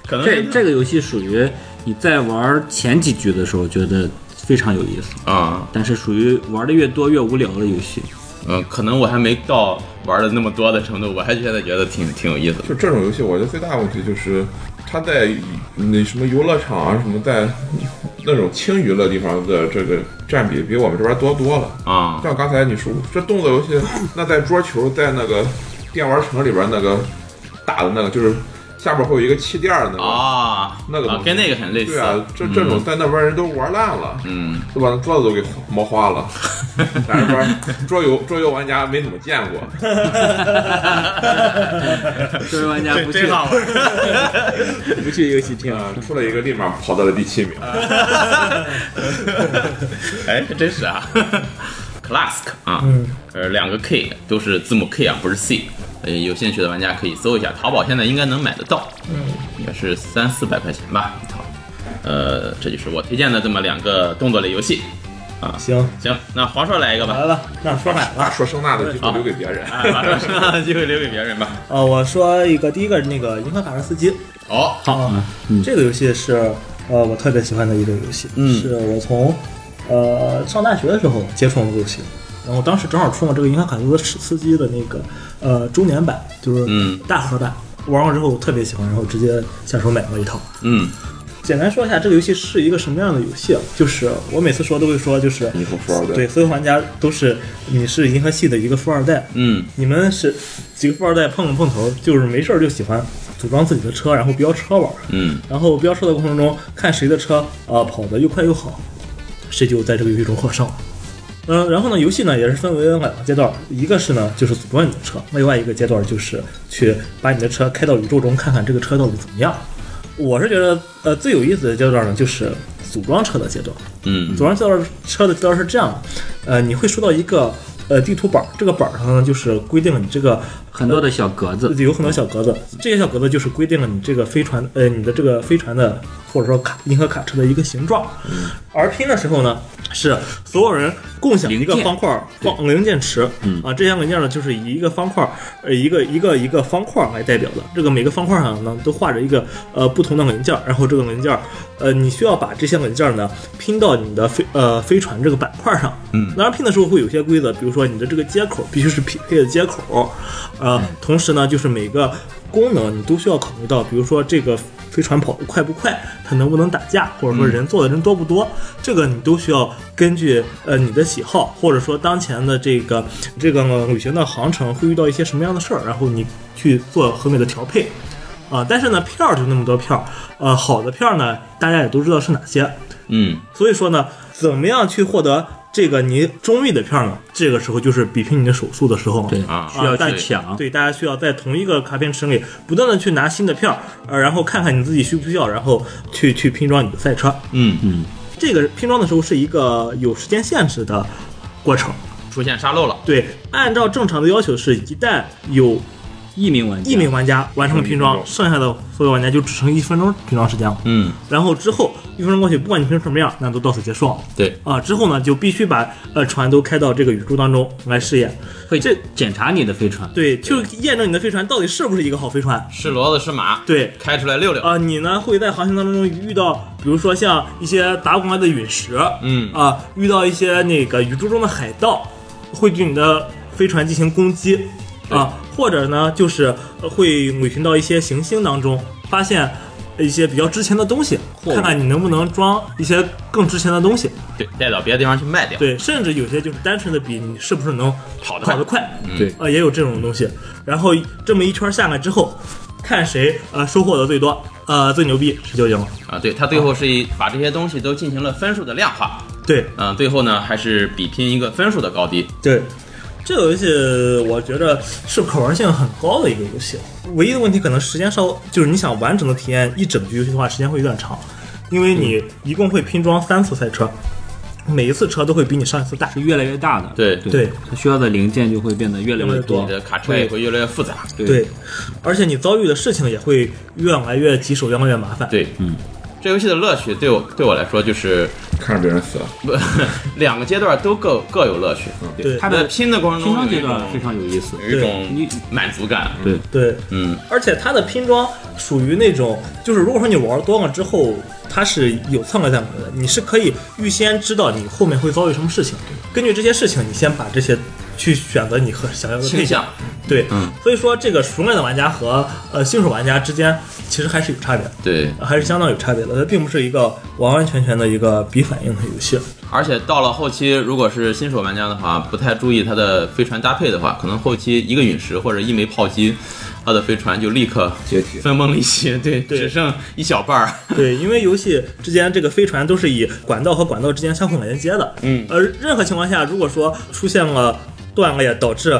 [SPEAKER 1] 可能
[SPEAKER 3] 这
[SPEAKER 1] 是
[SPEAKER 3] 这个游戏属于你在玩前几局的时候觉得非常有意思，
[SPEAKER 1] 啊，
[SPEAKER 3] 但是属于玩的越多越无聊的游戏。
[SPEAKER 1] 嗯，可能我还没到玩的那么多的程度，我还现在觉得挺挺有意思的。
[SPEAKER 2] 就这种游戏，我觉得最大的问题就是，它在那什么游乐场啊，什么在那种轻娱乐地方的这个占比比我们这边多多了。
[SPEAKER 1] 啊，
[SPEAKER 2] 像刚才你说这动作游戏，那在桌球在那个电玩城里边那个打的那个，就是下边会有一个气垫儿的那个。
[SPEAKER 1] 啊，
[SPEAKER 2] 那个
[SPEAKER 1] 啊
[SPEAKER 2] 东西
[SPEAKER 1] 跟那个很类似，
[SPEAKER 2] 对啊，这这种在那边人都玩烂了，
[SPEAKER 1] 嗯，
[SPEAKER 2] 都把那桌子都给磨花了。在那边桌游桌游玩家没怎么见 过，
[SPEAKER 3] 这位玩家不去
[SPEAKER 1] 真好玩。
[SPEAKER 3] 不去游戏厅，
[SPEAKER 2] 啊，出了一个立马跑到了第七名。
[SPEAKER 1] 哎，还真是啊 ，Clask 啊，呃，两个 K 都是字母 K 啊，不是 C。呃，有兴趣的玩家可以搜一下，淘宝现在应该能买得到，嗯，也是三四百块钱吧一套。呃，这就是我推荐的这么两个动作类游戏。
[SPEAKER 4] 行，
[SPEAKER 1] 行，那黄硕来一个吧
[SPEAKER 4] 来，了，那说哪个
[SPEAKER 2] 那？说声纳的机会留给别人。
[SPEAKER 1] 啊把剩下的机会留给别人吧。
[SPEAKER 4] 呃，我说一个，第一个那个《银河卡车司机》
[SPEAKER 1] 哦，
[SPEAKER 4] 好啊，这个游戏是呃我特别喜欢的一个游戏，
[SPEAKER 1] 嗯
[SPEAKER 4] 是我从呃上大学的时候接触的游戏，然后当时正好出了这个《银河卡车司机》的那个呃周年版，就是
[SPEAKER 1] 嗯
[SPEAKER 4] 大盒版，玩完之后我特别喜欢，然后直接下手买了一套。
[SPEAKER 1] 嗯，
[SPEAKER 4] 简单说一下这个游戏是一个什么样的游戏啊？就是我每次说都会说，就是
[SPEAKER 2] 你和富二代
[SPEAKER 4] 对，所有玩家都是你是银河系的一个富二代，
[SPEAKER 1] 嗯，
[SPEAKER 4] 你们是几个富二代碰了碰头，就是没事儿就喜欢组装自己的车，然后飙车玩儿。
[SPEAKER 1] 嗯，
[SPEAKER 4] 然后飙车的过程中，看谁的车呃跑得又快又好，谁就在这个游戏中获胜了。嗯、然后呢，游戏呢也是分为两个阶段，一个是呢就是组装你的车，另外一个阶段就是去把你的车开到宇宙中，看看这个车到底怎么样。我是觉得呃最有意思的阶段呢就是组装车的阶段。
[SPEAKER 1] 嗯，
[SPEAKER 4] 左上角车的标是这样的，呃，你会收到一个呃地图板儿，这个板儿上呢就是规定了你这个
[SPEAKER 3] 很多的小格子。
[SPEAKER 4] 有很多小格子，这些小格子就是规定了你这个飞船呃你的这个飞船的或者说卡银河卡车的一个形状。
[SPEAKER 3] 嗯
[SPEAKER 4] 而拼的时候呢，是所有人共享一个
[SPEAKER 3] 零件嗯
[SPEAKER 4] 方块儿方零件池，啊，这些零件呢就是以一个方块儿呃一个一个一个方块儿来代表的。这个每个方块儿上呢都画着一个呃不同的零件儿，然后这个零件儿呃你需要把这些零件儿呢拼到你的飞呃飞船这个板块儿上。嗯，当然拼的时候会有些规则，比如说你的这个接口必须是匹配的接口，呃，同时呢就是每个功能你都需要考虑到，比如说这个飞船跑得快不快，它能不能打架，或者说人坐的人多不多，这个你都需要根据呃你的喜好，或者说当前的这个这个呃旅行的航程会遇到一些什么样的事儿，然后你去做合理的调配。啊、但是呢，票儿就那么多票儿，呃，好的票儿呢，大家也都知道是哪些，
[SPEAKER 1] 嗯，
[SPEAKER 4] 所以说呢，怎么样去获得这个你中意的票呢？这个时候就是比拼你的手速的时候嘛。
[SPEAKER 3] 对
[SPEAKER 1] 啊
[SPEAKER 3] 需要
[SPEAKER 4] 大
[SPEAKER 3] 去嗯
[SPEAKER 4] 家
[SPEAKER 3] 抢。
[SPEAKER 4] 对，大家需要在同一个卡片池里不断的去拿新的票，呃，然后看看你自己需不需要，然后去去拼装你的赛车。
[SPEAKER 1] 嗯，
[SPEAKER 4] 这个拼装的时候是一个有时间限制的过程。
[SPEAKER 1] 出现沙漏了，
[SPEAKER 4] 对，按照正常的要求是，一旦有
[SPEAKER 3] 一名玩家，
[SPEAKER 4] 一名玩家完成拼
[SPEAKER 3] 嗯
[SPEAKER 4] 装，剩下的所有玩家就只剩一分钟拼装时间了。
[SPEAKER 1] 嗯，
[SPEAKER 4] 然后之后一分钟过去，不管你拼成什么样，那都到此结束了。
[SPEAKER 1] 对，
[SPEAKER 4] 啊，之后呢，就必须把呃船都开到这个宇宙当中来试验。
[SPEAKER 3] 会
[SPEAKER 4] 这
[SPEAKER 3] 检查你的飞船。
[SPEAKER 4] 对，就验证你的飞船到底是不是一个好飞船。
[SPEAKER 1] 是骡子是马，
[SPEAKER 4] 对，
[SPEAKER 1] 开出来溜溜。
[SPEAKER 4] 啊、你呢会在航行当中遇到，比如说像一些打不过来的陨石，
[SPEAKER 1] 嗯
[SPEAKER 4] 啊、遇到一些那个宇宙中的海盗，会对你的飞船进行攻击，啊、或者呢就是呃会旅行到一些行星当中，发现一些比较值钱的东西，
[SPEAKER 3] 物
[SPEAKER 4] 看看你能不能装一些更值钱的东西，
[SPEAKER 1] 对，带到别的地方去卖掉。
[SPEAKER 4] 对，甚至有些就是单纯的比你是不是能
[SPEAKER 1] 跑得快
[SPEAKER 4] 跑得快，
[SPEAKER 3] 对
[SPEAKER 4] 啊、也有这种东西。然后这么一圈下来之后，看谁呃收获的最多，呃最牛逼，谁就赢了。
[SPEAKER 1] 啊，对，它最后是一把这些东西都进行了分数的量化。
[SPEAKER 4] 对
[SPEAKER 1] 嗯、最后呢还是比拼一个分数的高低。
[SPEAKER 4] 对，这个游戏我觉得是可玩性很高的一个游戏，唯一的问题可能时间稍就是你想完整的体验一整局游戏的话，时间会有点长，因为你一共会拼装三次赛车，每一次车都会比你上一次大。
[SPEAKER 3] 是越来越大的，
[SPEAKER 1] 对
[SPEAKER 4] 对
[SPEAKER 3] 它需要的零件就会变得越来越多
[SPEAKER 1] 你。的卡车也会越来越复杂。
[SPEAKER 3] 对
[SPEAKER 4] 对，而且你遭遇的事情也会越来越棘手，越来越麻烦。
[SPEAKER 1] 对，
[SPEAKER 3] 嗯，
[SPEAKER 1] 这游戏的乐趣对我对我来说就是
[SPEAKER 2] 看着别人死，
[SPEAKER 1] 不两个阶段都各各有乐趣。嗯，
[SPEAKER 4] 对
[SPEAKER 3] 它
[SPEAKER 1] 在
[SPEAKER 3] 的
[SPEAKER 1] 拼的过程
[SPEAKER 3] 拼
[SPEAKER 1] 中有
[SPEAKER 3] 装
[SPEAKER 1] 一
[SPEAKER 3] 阶段
[SPEAKER 1] 种
[SPEAKER 3] 非常有意思。
[SPEAKER 1] 有一
[SPEAKER 3] 你
[SPEAKER 1] 种满足感。
[SPEAKER 3] 对
[SPEAKER 4] 对，
[SPEAKER 1] 嗯，
[SPEAKER 4] 而且它的拼装属于那种，就是如果说你玩多了之后，它是有策略在里面的，你是可以预先知道你后面会遭遇什么事情，根据这些事情，你先把这些去选择你和想要的
[SPEAKER 1] 倾
[SPEAKER 4] 配件。
[SPEAKER 1] 向。
[SPEAKER 4] 对，
[SPEAKER 1] 嗯
[SPEAKER 4] 所以说这个熟练的玩家和呃新手玩家之间其实还是有差别的。
[SPEAKER 1] 对，
[SPEAKER 4] 还是相当有差别的，它并不是一个完完全全的一个比反应的游戏。
[SPEAKER 1] 而且到了后期，如果是新手玩家的话，不太注意它的飞船搭配的话，可能后期一个陨石或者一枚炮击，它的飞船就立刻
[SPEAKER 2] 解体
[SPEAKER 1] 分崩离析，对，只剩一小半儿。
[SPEAKER 4] 对，因为游戏之间这个飞船都是以管道和管道之间相互连接的，
[SPEAKER 1] 嗯
[SPEAKER 4] 而任何情况下，如果说出现了断裂，导致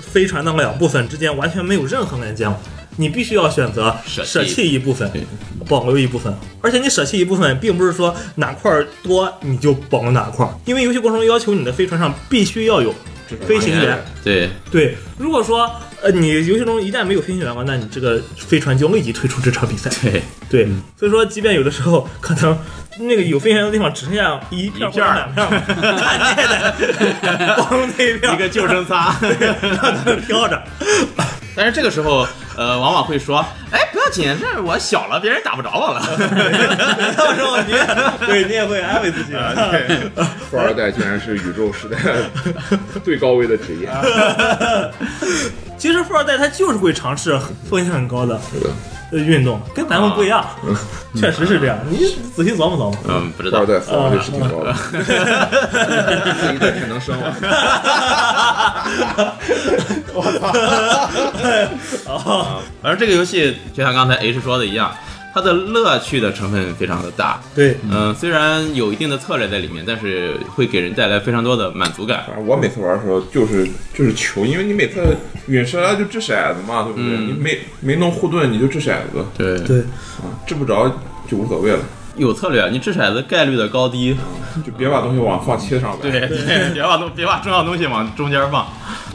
[SPEAKER 4] 飞船的两部分之间完全没有任何连接了。你必须要选择
[SPEAKER 1] 舍弃
[SPEAKER 4] 舍弃一部分
[SPEAKER 1] 对，
[SPEAKER 4] 保留一部分，而且你舍弃一部分，并不是说哪块儿多你就保留哪块儿，因为游戏过程中要求你的飞船上必须要有飞行员，
[SPEAKER 1] 对，
[SPEAKER 4] 对，如果说呃你游戏中一旦没有飞行员了，那你这个飞船就立即退出这场比赛。
[SPEAKER 1] 对，
[SPEAKER 4] 对，所以说，即便有的时候可能那个有飞行员的地方只剩下一片或者两片儿，看见的 光那片儿
[SPEAKER 1] 一个救生舱。
[SPEAKER 4] 让它们飘 着。
[SPEAKER 1] 但是这个时候，呃，往往会说，哎，不要紧，这我小了，别人打不着我了。
[SPEAKER 4] 到时候你也对你也会安慰自己。
[SPEAKER 2] 啊，对，富二代竟然是宇宙 时代最高危的职业，
[SPEAKER 4] 其实富二代他就是会尝试很风险很高的
[SPEAKER 2] 是的
[SPEAKER 4] 呃运动，跟咱们不一样，确实是这样。你仔细琢磨琢磨。
[SPEAKER 1] 嗯，不知
[SPEAKER 2] 富
[SPEAKER 1] 道
[SPEAKER 2] 二。代死亡率是挺高 的，啊第一代只能生啊了。
[SPEAKER 4] 哦，
[SPEAKER 1] 而这个游戏就像刚才 H 说的一样，它的乐趣的成分非常的大。
[SPEAKER 4] 对，
[SPEAKER 1] 嗯，虽然有一定的策略在里面，但是会给人带来非常多的满足感。
[SPEAKER 2] 反正我每次玩的时候就是就是求，因为你每次陨石啊来就掷骰子嘛，对不对？
[SPEAKER 1] 嗯
[SPEAKER 2] 你没没弄护盾你就掷骰子，
[SPEAKER 1] 对，
[SPEAKER 4] 对，
[SPEAKER 2] 掷不着就无所谓了，
[SPEAKER 1] 有策略，你掷骰子概率的高低。
[SPEAKER 2] 就别把东西往放切上来。
[SPEAKER 1] 对， 对，别把东别把重要东西往中间放。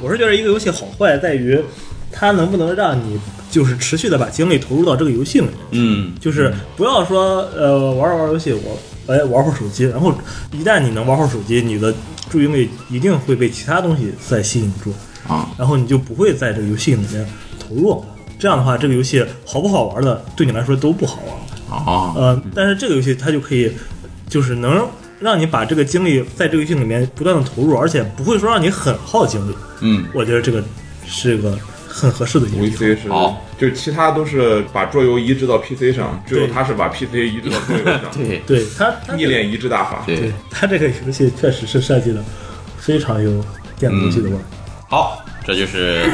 [SPEAKER 4] 我是觉得一个游戏好坏在于它能不能让你就是持续的把精力投入到这个游戏里面，
[SPEAKER 1] 嗯，
[SPEAKER 4] 就是不要说呃玩着玩着游戏我哎玩会儿手机，然后一旦你能玩会儿手机，你的注意力一定会被其他东西再吸引住，
[SPEAKER 1] 啊，
[SPEAKER 4] 然后你就不会在这个游戏里面投入。这样的话，这个游戏好不好玩的，对你来说都不好玩。
[SPEAKER 1] 哦，
[SPEAKER 4] 呃，但是这个游戏它就可以，就是能让你把这个精力在这个游戏里面不断的投入，而且不会说让你很耗精力。
[SPEAKER 1] 嗯，
[SPEAKER 4] 我觉得这个是个很合适的一个地方。
[SPEAKER 2] ，VC 是
[SPEAKER 1] 好
[SPEAKER 2] 就其他都是把桌游移植到 PC 上，只有
[SPEAKER 4] 对
[SPEAKER 2] 它是把 PC 移植到桌游上，
[SPEAKER 1] 对
[SPEAKER 4] 对他，他
[SPEAKER 2] 逆恋移植大法。
[SPEAKER 1] 对
[SPEAKER 4] 对。他这个游戏确实是设计的非常有电子游戏的味儿。
[SPEAKER 1] 好，这就是《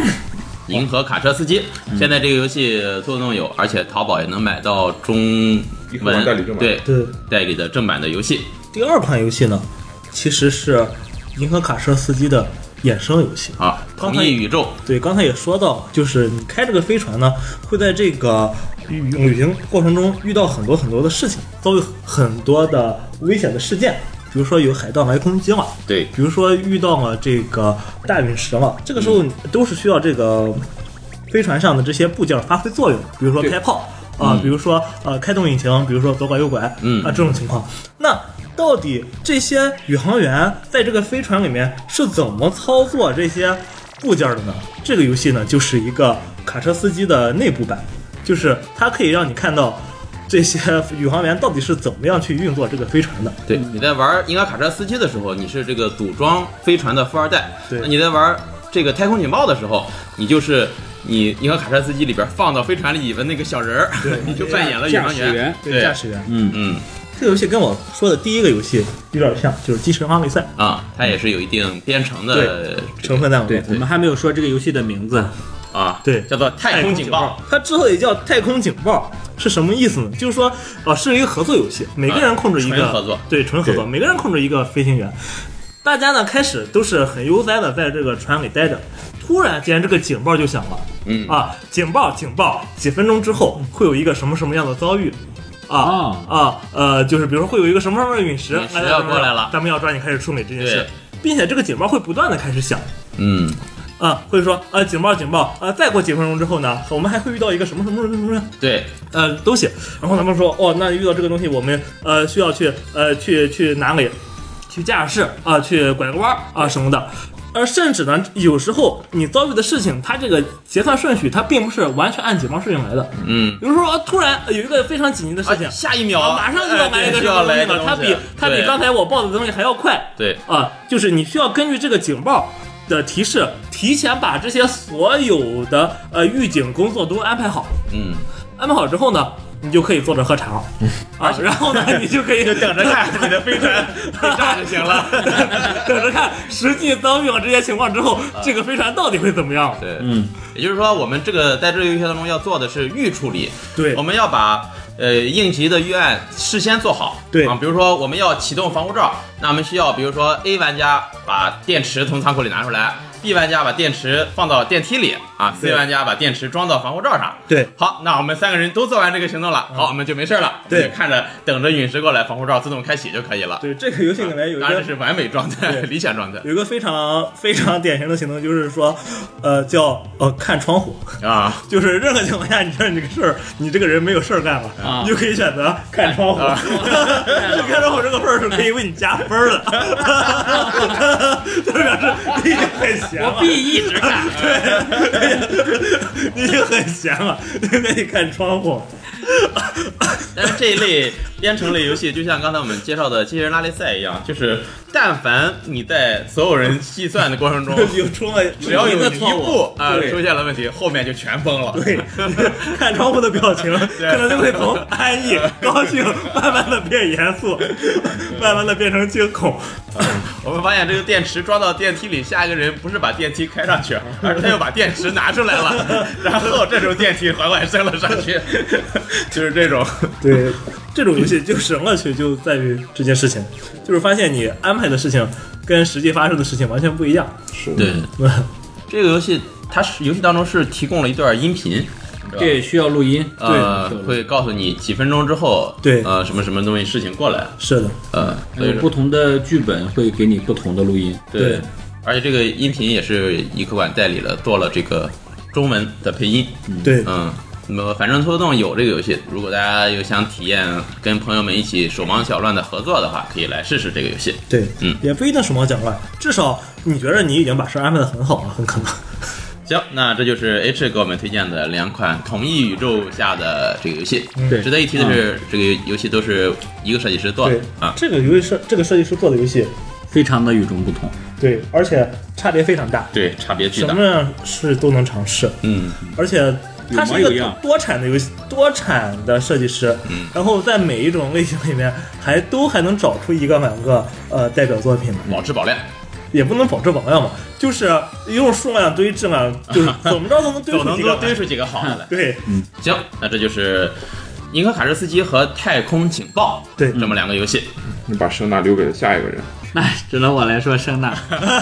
[SPEAKER 1] 银河卡车司机》现在这个游戏做动有，而且淘宝也能买到中
[SPEAKER 2] 一盒
[SPEAKER 1] 文
[SPEAKER 2] 玩代理正版
[SPEAKER 1] 对
[SPEAKER 4] 对，
[SPEAKER 1] 代理的正版的游戏。
[SPEAKER 4] 第二款游戏呢，其实是《银河卡车司机》的衍生游戏。
[SPEAKER 1] 啊，
[SPEAKER 4] 刚
[SPEAKER 1] 同
[SPEAKER 4] 才
[SPEAKER 1] 一宇宙，
[SPEAKER 4] 对，刚才也说到，就是你开这个飞船呢，会在这个旅旅行过程中遇到很多很多的事情，遭遇很多的危险的事件，比如说有海盗来攻击了，
[SPEAKER 1] 对
[SPEAKER 4] 比如说遇到了这个大陨石了，这个时候都是需要这个飞船上的这些部件发挥作用，比如说
[SPEAKER 2] 对
[SPEAKER 4] 开炮啊、比如说呃开动引擎，比如说左拐右拐，
[SPEAKER 1] 嗯
[SPEAKER 4] 啊这种情况。那到底这些宇航员在这个飞船里面是怎么操作这些部件的呢？这个游戏呢，就是一个卡车司机的内部版，就是它可以让你看到这些宇航员到底是怎么样去运作这个飞船的。
[SPEAKER 1] 对，你在玩《银河卡车司机》的时候，你是这个组装飞船的富二代；
[SPEAKER 4] 对
[SPEAKER 1] 那你在玩这个太空警报的时候，你就是你《银河卡车司机》里边放到飞船里的那个小人儿， 你就扮演了宇
[SPEAKER 3] 驾
[SPEAKER 1] 航
[SPEAKER 3] 驶
[SPEAKER 1] 员。
[SPEAKER 3] 员，
[SPEAKER 1] 对
[SPEAKER 4] 驾驶员。
[SPEAKER 3] 嗯，
[SPEAKER 1] 嗯
[SPEAKER 4] 这个游戏跟我说的第一个游戏有点像，就是《机器人荒野赛
[SPEAKER 1] 啊，它也是有一定编程的》
[SPEAKER 4] 成分在里
[SPEAKER 3] 对
[SPEAKER 4] 面。
[SPEAKER 3] 我们还没有说这个游戏的名字，
[SPEAKER 1] 啊，
[SPEAKER 4] 对
[SPEAKER 1] 叫做太空警报。，
[SPEAKER 4] 它之所以叫太空警报是什么意思呢？就是说，啊，是一个合作游戏，每个人控制一个、
[SPEAKER 1] 啊纯合作
[SPEAKER 4] 对，纯合作，每个人控制一个飞行员。大家呢开始都是很悠哉的在这个船里待着，突然间这个警报就响了，
[SPEAKER 1] 嗯
[SPEAKER 4] 啊，警报警报，几分钟之后会有一个什么什么样的遭遇。啊、
[SPEAKER 1] 哦
[SPEAKER 3] 哦
[SPEAKER 4] 啊呃，就是比如说会有一个什么什么陨石，
[SPEAKER 1] 陨石
[SPEAKER 4] 哎
[SPEAKER 1] 要过来了
[SPEAKER 4] 咱们要抓紧开始处理这件事
[SPEAKER 1] 对，
[SPEAKER 4] 并且这个警报会不断的开始响，
[SPEAKER 1] 嗯，
[SPEAKER 4] 啊，会说啊警报警报啊，再过几分钟之后呢，我们还会遇到一个什么什么什么什么
[SPEAKER 1] 对，
[SPEAKER 4] 呃东西，然后他们说哦，那遇到这个东西，我们呃需要去呃去去哪里，去驾驶啊，去拐个弯儿啊什么的。而甚至呢，有时候你遭遇的事情，它这个结算顺序，它并不是完全按警报顺序来的。
[SPEAKER 1] 嗯，
[SPEAKER 4] 比如说，啊突然呃有一个非常紧急的事情，
[SPEAKER 1] 啊下一秒
[SPEAKER 4] 啊马上就要来一个
[SPEAKER 1] 哎
[SPEAKER 4] 什
[SPEAKER 1] 就
[SPEAKER 4] 么
[SPEAKER 1] 要
[SPEAKER 4] 东
[SPEAKER 1] 来
[SPEAKER 4] 西
[SPEAKER 1] 一个
[SPEAKER 4] 了，它
[SPEAKER 1] 东西
[SPEAKER 4] 比它比
[SPEAKER 1] 对
[SPEAKER 4] 刚才我报的东西还要快。
[SPEAKER 1] 对，
[SPEAKER 4] 啊，就是你需要根据这个警报的提示，提前把这些所有的呃预警工作都安排好。
[SPEAKER 1] 嗯，
[SPEAKER 4] 安排好之后呢，你就可以坐着喝茶，啊，然 后呢，你就可以就等着看你的飞船
[SPEAKER 1] 这样就行了。
[SPEAKER 4] 等着看实际遭遇了这些情况之后，
[SPEAKER 1] 啊
[SPEAKER 4] 这个飞船到底会怎么样？
[SPEAKER 1] 对，
[SPEAKER 3] 嗯，
[SPEAKER 1] 也就是说，我们这个在这个游戏当中要做的是预处理，
[SPEAKER 4] 对
[SPEAKER 1] 我们要把呃应急的预案事先做好。
[SPEAKER 4] 对
[SPEAKER 1] 啊，比如说我们要启动防护罩，那我们需要比如说 A 玩家把电池从仓库里拿出来，B 玩家把电池放到电梯里啊，C
[SPEAKER 4] 对
[SPEAKER 1] 玩家把电池装到防护罩上。
[SPEAKER 4] 对，
[SPEAKER 1] 好，那我们三个人都做完这个行动了，好，我们就没事了。
[SPEAKER 4] 对
[SPEAKER 1] 我们就看着等着陨石过来，防护罩自动开启就可以了。
[SPEAKER 4] 对，这个游戏里面有一
[SPEAKER 1] 啊当然
[SPEAKER 4] 个
[SPEAKER 1] 这是完美状态，
[SPEAKER 4] 对
[SPEAKER 1] 理想状态
[SPEAKER 4] 有一个非常非常典型的行动，就是说，呃，叫呃看窗户。
[SPEAKER 1] 啊。
[SPEAKER 4] 就是任何情况下，你这你个事儿，你这个人没有事儿干了，
[SPEAKER 3] 啊
[SPEAKER 4] 你就可以选择看窗户。
[SPEAKER 1] 啊
[SPEAKER 4] 看窗户这个份儿是可以为你加分儿的，就表示你已经很闲了。
[SPEAKER 3] 一直看，
[SPEAKER 4] 对，你已经很闲了，你可以看窗户。
[SPEAKER 1] 但是这一类编程类游戏，就像刚才我们介绍的机器人拉力赛一样，就是但凡你在所有人计算的过程 中，
[SPEAKER 4] 有出了
[SPEAKER 1] 只要有一
[SPEAKER 4] 错误，
[SPEAKER 1] 步啊
[SPEAKER 4] 对
[SPEAKER 1] 出现了问题，后面就全崩了。
[SPEAKER 4] 对，看窗户的表情，可能就会从安逸、高兴，慢慢的变严肃，慢慢的变成惊恐。
[SPEAKER 1] 我们发现这个电池装到电梯里，下一个人不是把电梯开上 去，而是他又把电池拿出来了，然后这时候电梯缓缓升了上去， 就是这种。
[SPEAKER 4] 对，这种游戏就是乐趣就在于这件事情，就是发现你安排的事情跟实际发生的事情完全不一样。嗯
[SPEAKER 2] 是，
[SPEAKER 1] 对，嗯这个游戏它是游戏当中是提供了一段音频。
[SPEAKER 3] 这需要录音，
[SPEAKER 1] 呃
[SPEAKER 3] 需要，录音
[SPEAKER 1] 会告诉你几分钟之后，
[SPEAKER 4] 对
[SPEAKER 1] 呃，什么什么东西事情过来，
[SPEAKER 4] 是的，
[SPEAKER 1] 呃，所以
[SPEAKER 3] 有
[SPEAKER 1] 说
[SPEAKER 3] 不同的剧本会给你不同的录音，
[SPEAKER 4] 对，
[SPEAKER 1] 而且这个音频也是一科馆代理了，做了这个中文的配音。
[SPEAKER 4] 对，
[SPEAKER 1] 嗯，那么反正拖动有这个游戏，如果大家有想体验跟朋友们一起手忙脚乱的合作的话，可以来试试这个游戏。
[SPEAKER 4] 对，
[SPEAKER 1] 嗯
[SPEAKER 4] 也不一定手忙脚乱，至少你觉得你已经把事儿安排的很好了，很可能。
[SPEAKER 1] 行，那这就是 H 给我们推荐的两款同一宇宙下的这个游戏。
[SPEAKER 3] 对
[SPEAKER 1] 值得一提的是，这个游戏都是一个设计师做的啊。
[SPEAKER 4] 这个游戏设这个设计师做的游戏，
[SPEAKER 3] 非常的与众不同。
[SPEAKER 4] 对，而且差别非常大，
[SPEAKER 1] 对，差别巨
[SPEAKER 4] 什
[SPEAKER 1] 大
[SPEAKER 4] 么。样事都能尝试。
[SPEAKER 1] 嗯，
[SPEAKER 4] 而且他是一
[SPEAKER 3] 有模有
[SPEAKER 4] 个
[SPEAKER 3] 样
[SPEAKER 4] 多产的游戏，多产的设计师，
[SPEAKER 1] 嗯
[SPEAKER 4] 然后在每一种类型里面还都还能找出一个两个呃代表作品来，
[SPEAKER 1] 保质保量，
[SPEAKER 4] 也不能保质保量嘛，就是用数量堆质量，就是怎么着都能堆
[SPEAKER 1] 总
[SPEAKER 4] 出
[SPEAKER 1] 能
[SPEAKER 4] 几
[SPEAKER 1] 多
[SPEAKER 4] 个
[SPEAKER 1] 堆出几个好的来。
[SPEAKER 4] 对
[SPEAKER 1] 行，那这就是《银河卡车司机》和《太空警报》
[SPEAKER 4] 对
[SPEAKER 1] 这么两个游戏。
[SPEAKER 2] 你把声纳留给了下一个人。
[SPEAKER 3] 那哎只能我来说声呐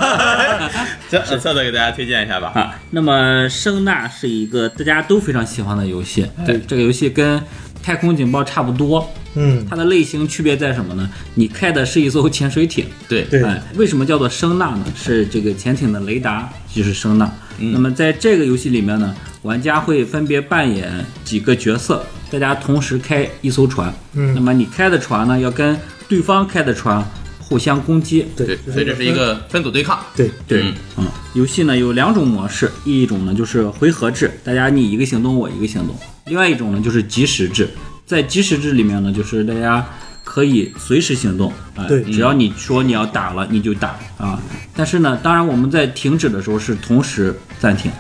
[SPEAKER 1] 行，那策策给大家推荐一下吧。
[SPEAKER 3] 啊。那么声呐是一个大家都非常喜欢的游戏，对这个游戏跟太空警报差不多，
[SPEAKER 4] 嗯，
[SPEAKER 3] 它的类型区别在什么呢？你开的是一艘潜水艇，
[SPEAKER 1] 对
[SPEAKER 4] 对
[SPEAKER 3] 哎，为什么叫做声呐呢？是这个潜艇的雷达就是声呐。那么在这个游戏里面呢，玩家会分别扮演几个角色，大家同时开一艘船。
[SPEAKER 4] 嗯
[SPEAKER 3] 那么你开的船呢，要跟对方开的船互相攻击。
[SPEAKER 1] 对，所以这是一个分组对抗。
[SPEAKER 4] 对
[SPEAKER 3] 对
[SPEAKER 1] 嗯，
[SPEAKER 3] 嗯，游戏呢有两种模式，一种呢就是回合制，大家你一个行动我一个行动；另外一种呢就是即时制，在即时制里面呢，就是大家可以随时行动，啊、
[SPEAKER 4] 对
[SPEAKER 3] 只要你说你要打了，你就打啊。但是呢，当然我们在停止的时候是同时暂停。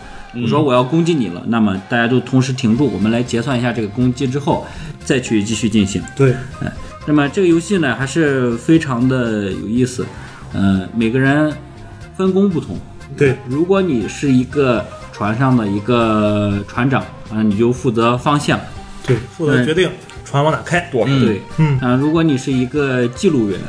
[SPEAKER 3] 我说我要攻击你了，那么大家就同时停住，我们来结算一下这个攻击之后，再去继续进行。
[SPEAKER 4] 对
[SPEAKER 3] 哎那么这个游戏呢，还是非常的有意思，呃，每个人分工不同，
[SPEAKER 4] 对
[SPEAKER 3] 如果你是一个船上的一个船长啊，你就负责方向，
[SPEAKER 4] 对，负责决定船往哪开。
[SPEAKER 2] 多少
[SPEAKER 1] 嗯
[SPEAKER 3] 对，
[SPEAKER 4] 嗯
[SPEAKER 3] 啊，如果你是一个记录员，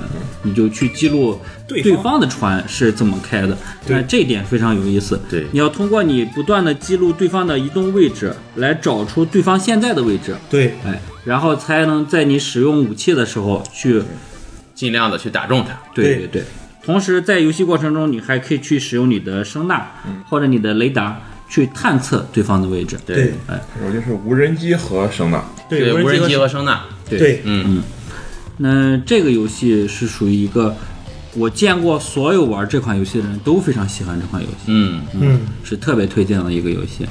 [SPEAKER 3] 你就去记录
[SPEAKER 4] 对
[SPEAKER 3] 对
[SPEAKER 4] 方
[SPEAKER 3] 方的船是怎么开的，
[SPEAKER 4] 对
[SPEAKER 3] 那这一点非常有意思。
[SPEAKER 1] 对
[SPEAKER 3] 你要通过你不断的记录对方的移动位置，来找出对方现在的位置，
[SPEAKER 4] 对
[SPEAKER 3] 哎，然后才能在你使用武器的时候去
[SPEAKER 1] 尽量的去打中它。
[SPEAKER 3] 对
[SPEAKER 4] 对
[SPEAKER 3] 对对。同时，在游戏过程中，你还可以去使用你的声呐、或者你的雷达去探测对方的位置。
[SPEAKER 1] 对
[SPEAKER 2] 我就是无人机和声呐，
[SPEAKER 1] 对，无人机
[SPEAKER 4] 和
[SPEAKER 1] 和声呐，
[SPEAKER 3] 对
[SPEAKER 4] 对
[SPEAKER 1] 嗯，
[SPEAKER 3] 那这个游戏是属于一个我见过所有玩这款游戏的人都非常喜欢这款游戏，
[SPEAKER 1] 嗯
[SPEAKER 4] 嗯
[SPEAKER 3] 是特别推荐的一个游戏。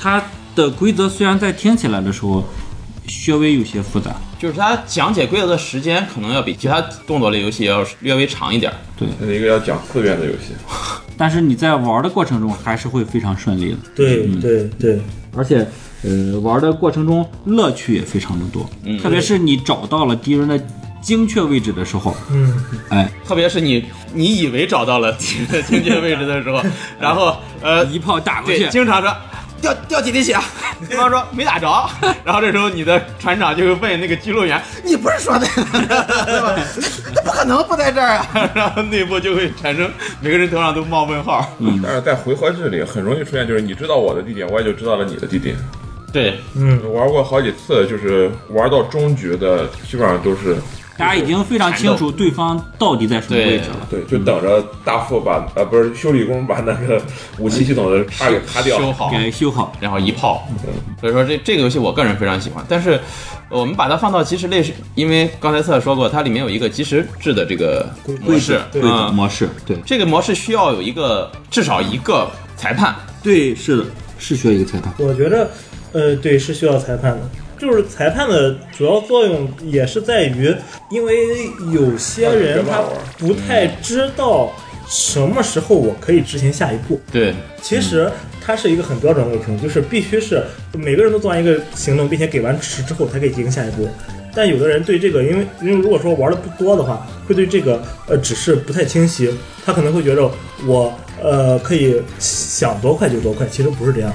[SPEAKER 3] 它的规则虽然在听起来的时候稍微有些复杂，
[SPEAKER 1] 就是它讲解规则的时间可能要比其他动作类游戏要略微长一点儿。
[SPEAKER 2] 那是一个要讲次元的游戏。
[SPEAKER 3] 但是你在玩的过程中还是会非常顺利的，
[SPEAKER 4] 对对对
[SPEAKER 3] 而且。呃，玩的过程中乐趣也非常的多，特别是你找到了敌人的精确位置的时候，
[SPEAKER 4] 嗯
[SPEAKER 3] 哎，
[SPEAKER 1] 特别是你你以为找到了敌人的精确位置的 时候，然后呃，
[SPEAKER 3] 一炮打过去
[SPEAKER 1] 对，，经常说掉掉几滴 血，对方说没 打着，然后这时候你的船长就会问那个记录员：“你不是说在那儿对吧？那 不可能不在这儿啊！” 然后内部就会产生每个人头上都冒问号。
[SPEAKER 2] 但是在回合制里很容易出现，就是你知道我的地点，我也就知道了你的地点。
[SPEAKER 1] 对，
[SPEAKER 4] 嗯，
[SPEAKER 2] 玩过好几次，就是玩到终局的，基本上都是
[SPEAKER 3] 大家已经非常清楚对方到底在什么位置了。
[SPEAKER 2] 对，就等着大副把呃不是修理工把那个武器系统的叉给擦掉。
[SPEAKER 1] 嗯修好。
[SPEAKER 3] 给修好。
[SPEAKER 1] 然后一炮。所以说这这个游戏我个人非常喜欢，但是呃我们把它放到即时类是，因为刚才策说过，它里面有一个即时制的这个模式，
[SPEAKER 3] 对的，
[SPEAKER 1] 嗯，
[SPEAKER 3] 模式，对
[SPEAKER 1] 这个模式需要有一个至少一个裁判，
[SPEAKER 3] 对是的，是需要一个裁判。
[SPEAKER 4] 我觉得呃对是需要裁判的。就是裁判的主要作用也是在于，因为有些人他不太知道什么时候我可以执行下一步，
[SPEAKER 1] 对，
[SPEAKER 4] 其
[SPEAKER 1] 嗯
[SPEAKER 4] 实它是一个很标准的流程，就是必须是每个人都做完一个行动，并且给完指示之后才可以进行下一步。但有的人对这个，因为因为如果说玩的不多的话，会对这个呃指示不太清晰，他可能会觉得我呃可以想多快就多快，其实不是这样，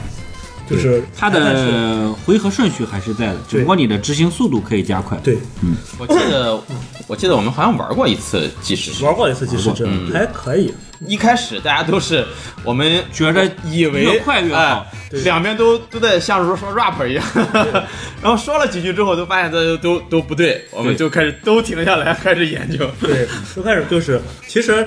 [SPEAKER 4] 就是
[SPEAKER 3] 它
[SPEAKER 4] 但是
[SPEAKER 3] 的回合顺序还是在的，只不过你的执行速度可以加快。
[SPEAKER 4] 对
[SPEAKER 1] 我记得我记得我们好像玩过一次即时制，
[SPEAKER 4] 玩过一次即时制
[SPEAKER 1] 嗯
[SPEAKER 4] 还可以，
[SPEAKER 1] 一开始大家都是我们
[SPEAKER 3] 觉着
[SPEAKER 1] 以为
[SPEAKER 3] 越快越好
[SPEAKER 1] 哎
[SPEAKER 4] 对
[SPEAKER 1] 两边都都在像是说 rap 一样，然后说了几句之后，都发现这都都不对，我们
[SPEAKER 3] 对
[SPEAKER 1] 就开始都停 下来开始研究。
[SPEAKER 4] 对，最开始 就是其实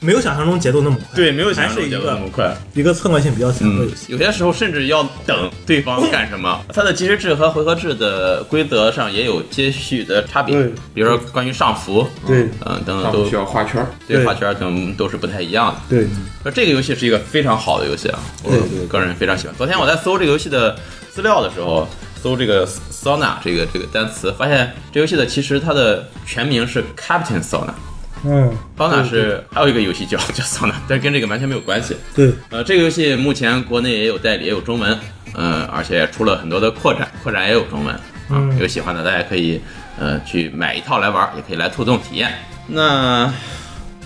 [SPEAKER 4] 没有想象中节奏那么快，
[SPEAKER 1] 对，没有
[SPEAKER 4] 还
[SPEAKER 1] 想象
[SPEAKER 4] 是
[SPEAKER 1] 中
[SPEAKER 4] 一
[SPEAKER 1] 节奏那
[SPEAKER 4] 个
[SPEAKER 1] 么快。
[SPEAKER 4] 一个侧观性比较强的
[SPEAKER 1] 嗯
[SPEAKER 4] 游戏，，
[SPEAKER 1] 有些时候甚至要等对方干什么。 它的即时制和回合制的规则上也有些许的差别
[SPEAKER 4] 对，
[SPEAKER 1] 比如说关于上浮，
[SPEAKER 4] 对
[SPEAKER 1] 嗯，等等
[SPEAKER 2] 上面
[SPEAKER 1] 都
[SPEAKER 2] 需要画圈儿，
[SPEAKER 1] 对
[SPEAKER 4] 对
[SPEAKER 1] 画圈等都是不太一样的。
[SPEAKER 4] 对
[SPEAKER 1] 那这个游戏是一个非常好的游戏啊，我个人非常喜欢。昨天我在搜这个游戏的资料的时候，搜这个 sauna 这个这个单词，发现这游戏的其实它的全名是 Captain Sauna。
[SPEAKER 4] 嗯
[SPEAKER 1] sauna 是还有一个游戏叫叫 sauna，但是跟这个完全没有关系。
[SPEAKER 4] 对
[SPEAKER 1] 呃，这个游戏目前国内也有代理，也有中文，嗯、而且出了很多的扩展，扩展也有中文啊。
[SPEAKER 4] 嗯
[SPEAKER 1] 有喜欢的大家可以呃去买一套来玩，也可以来互动体验。那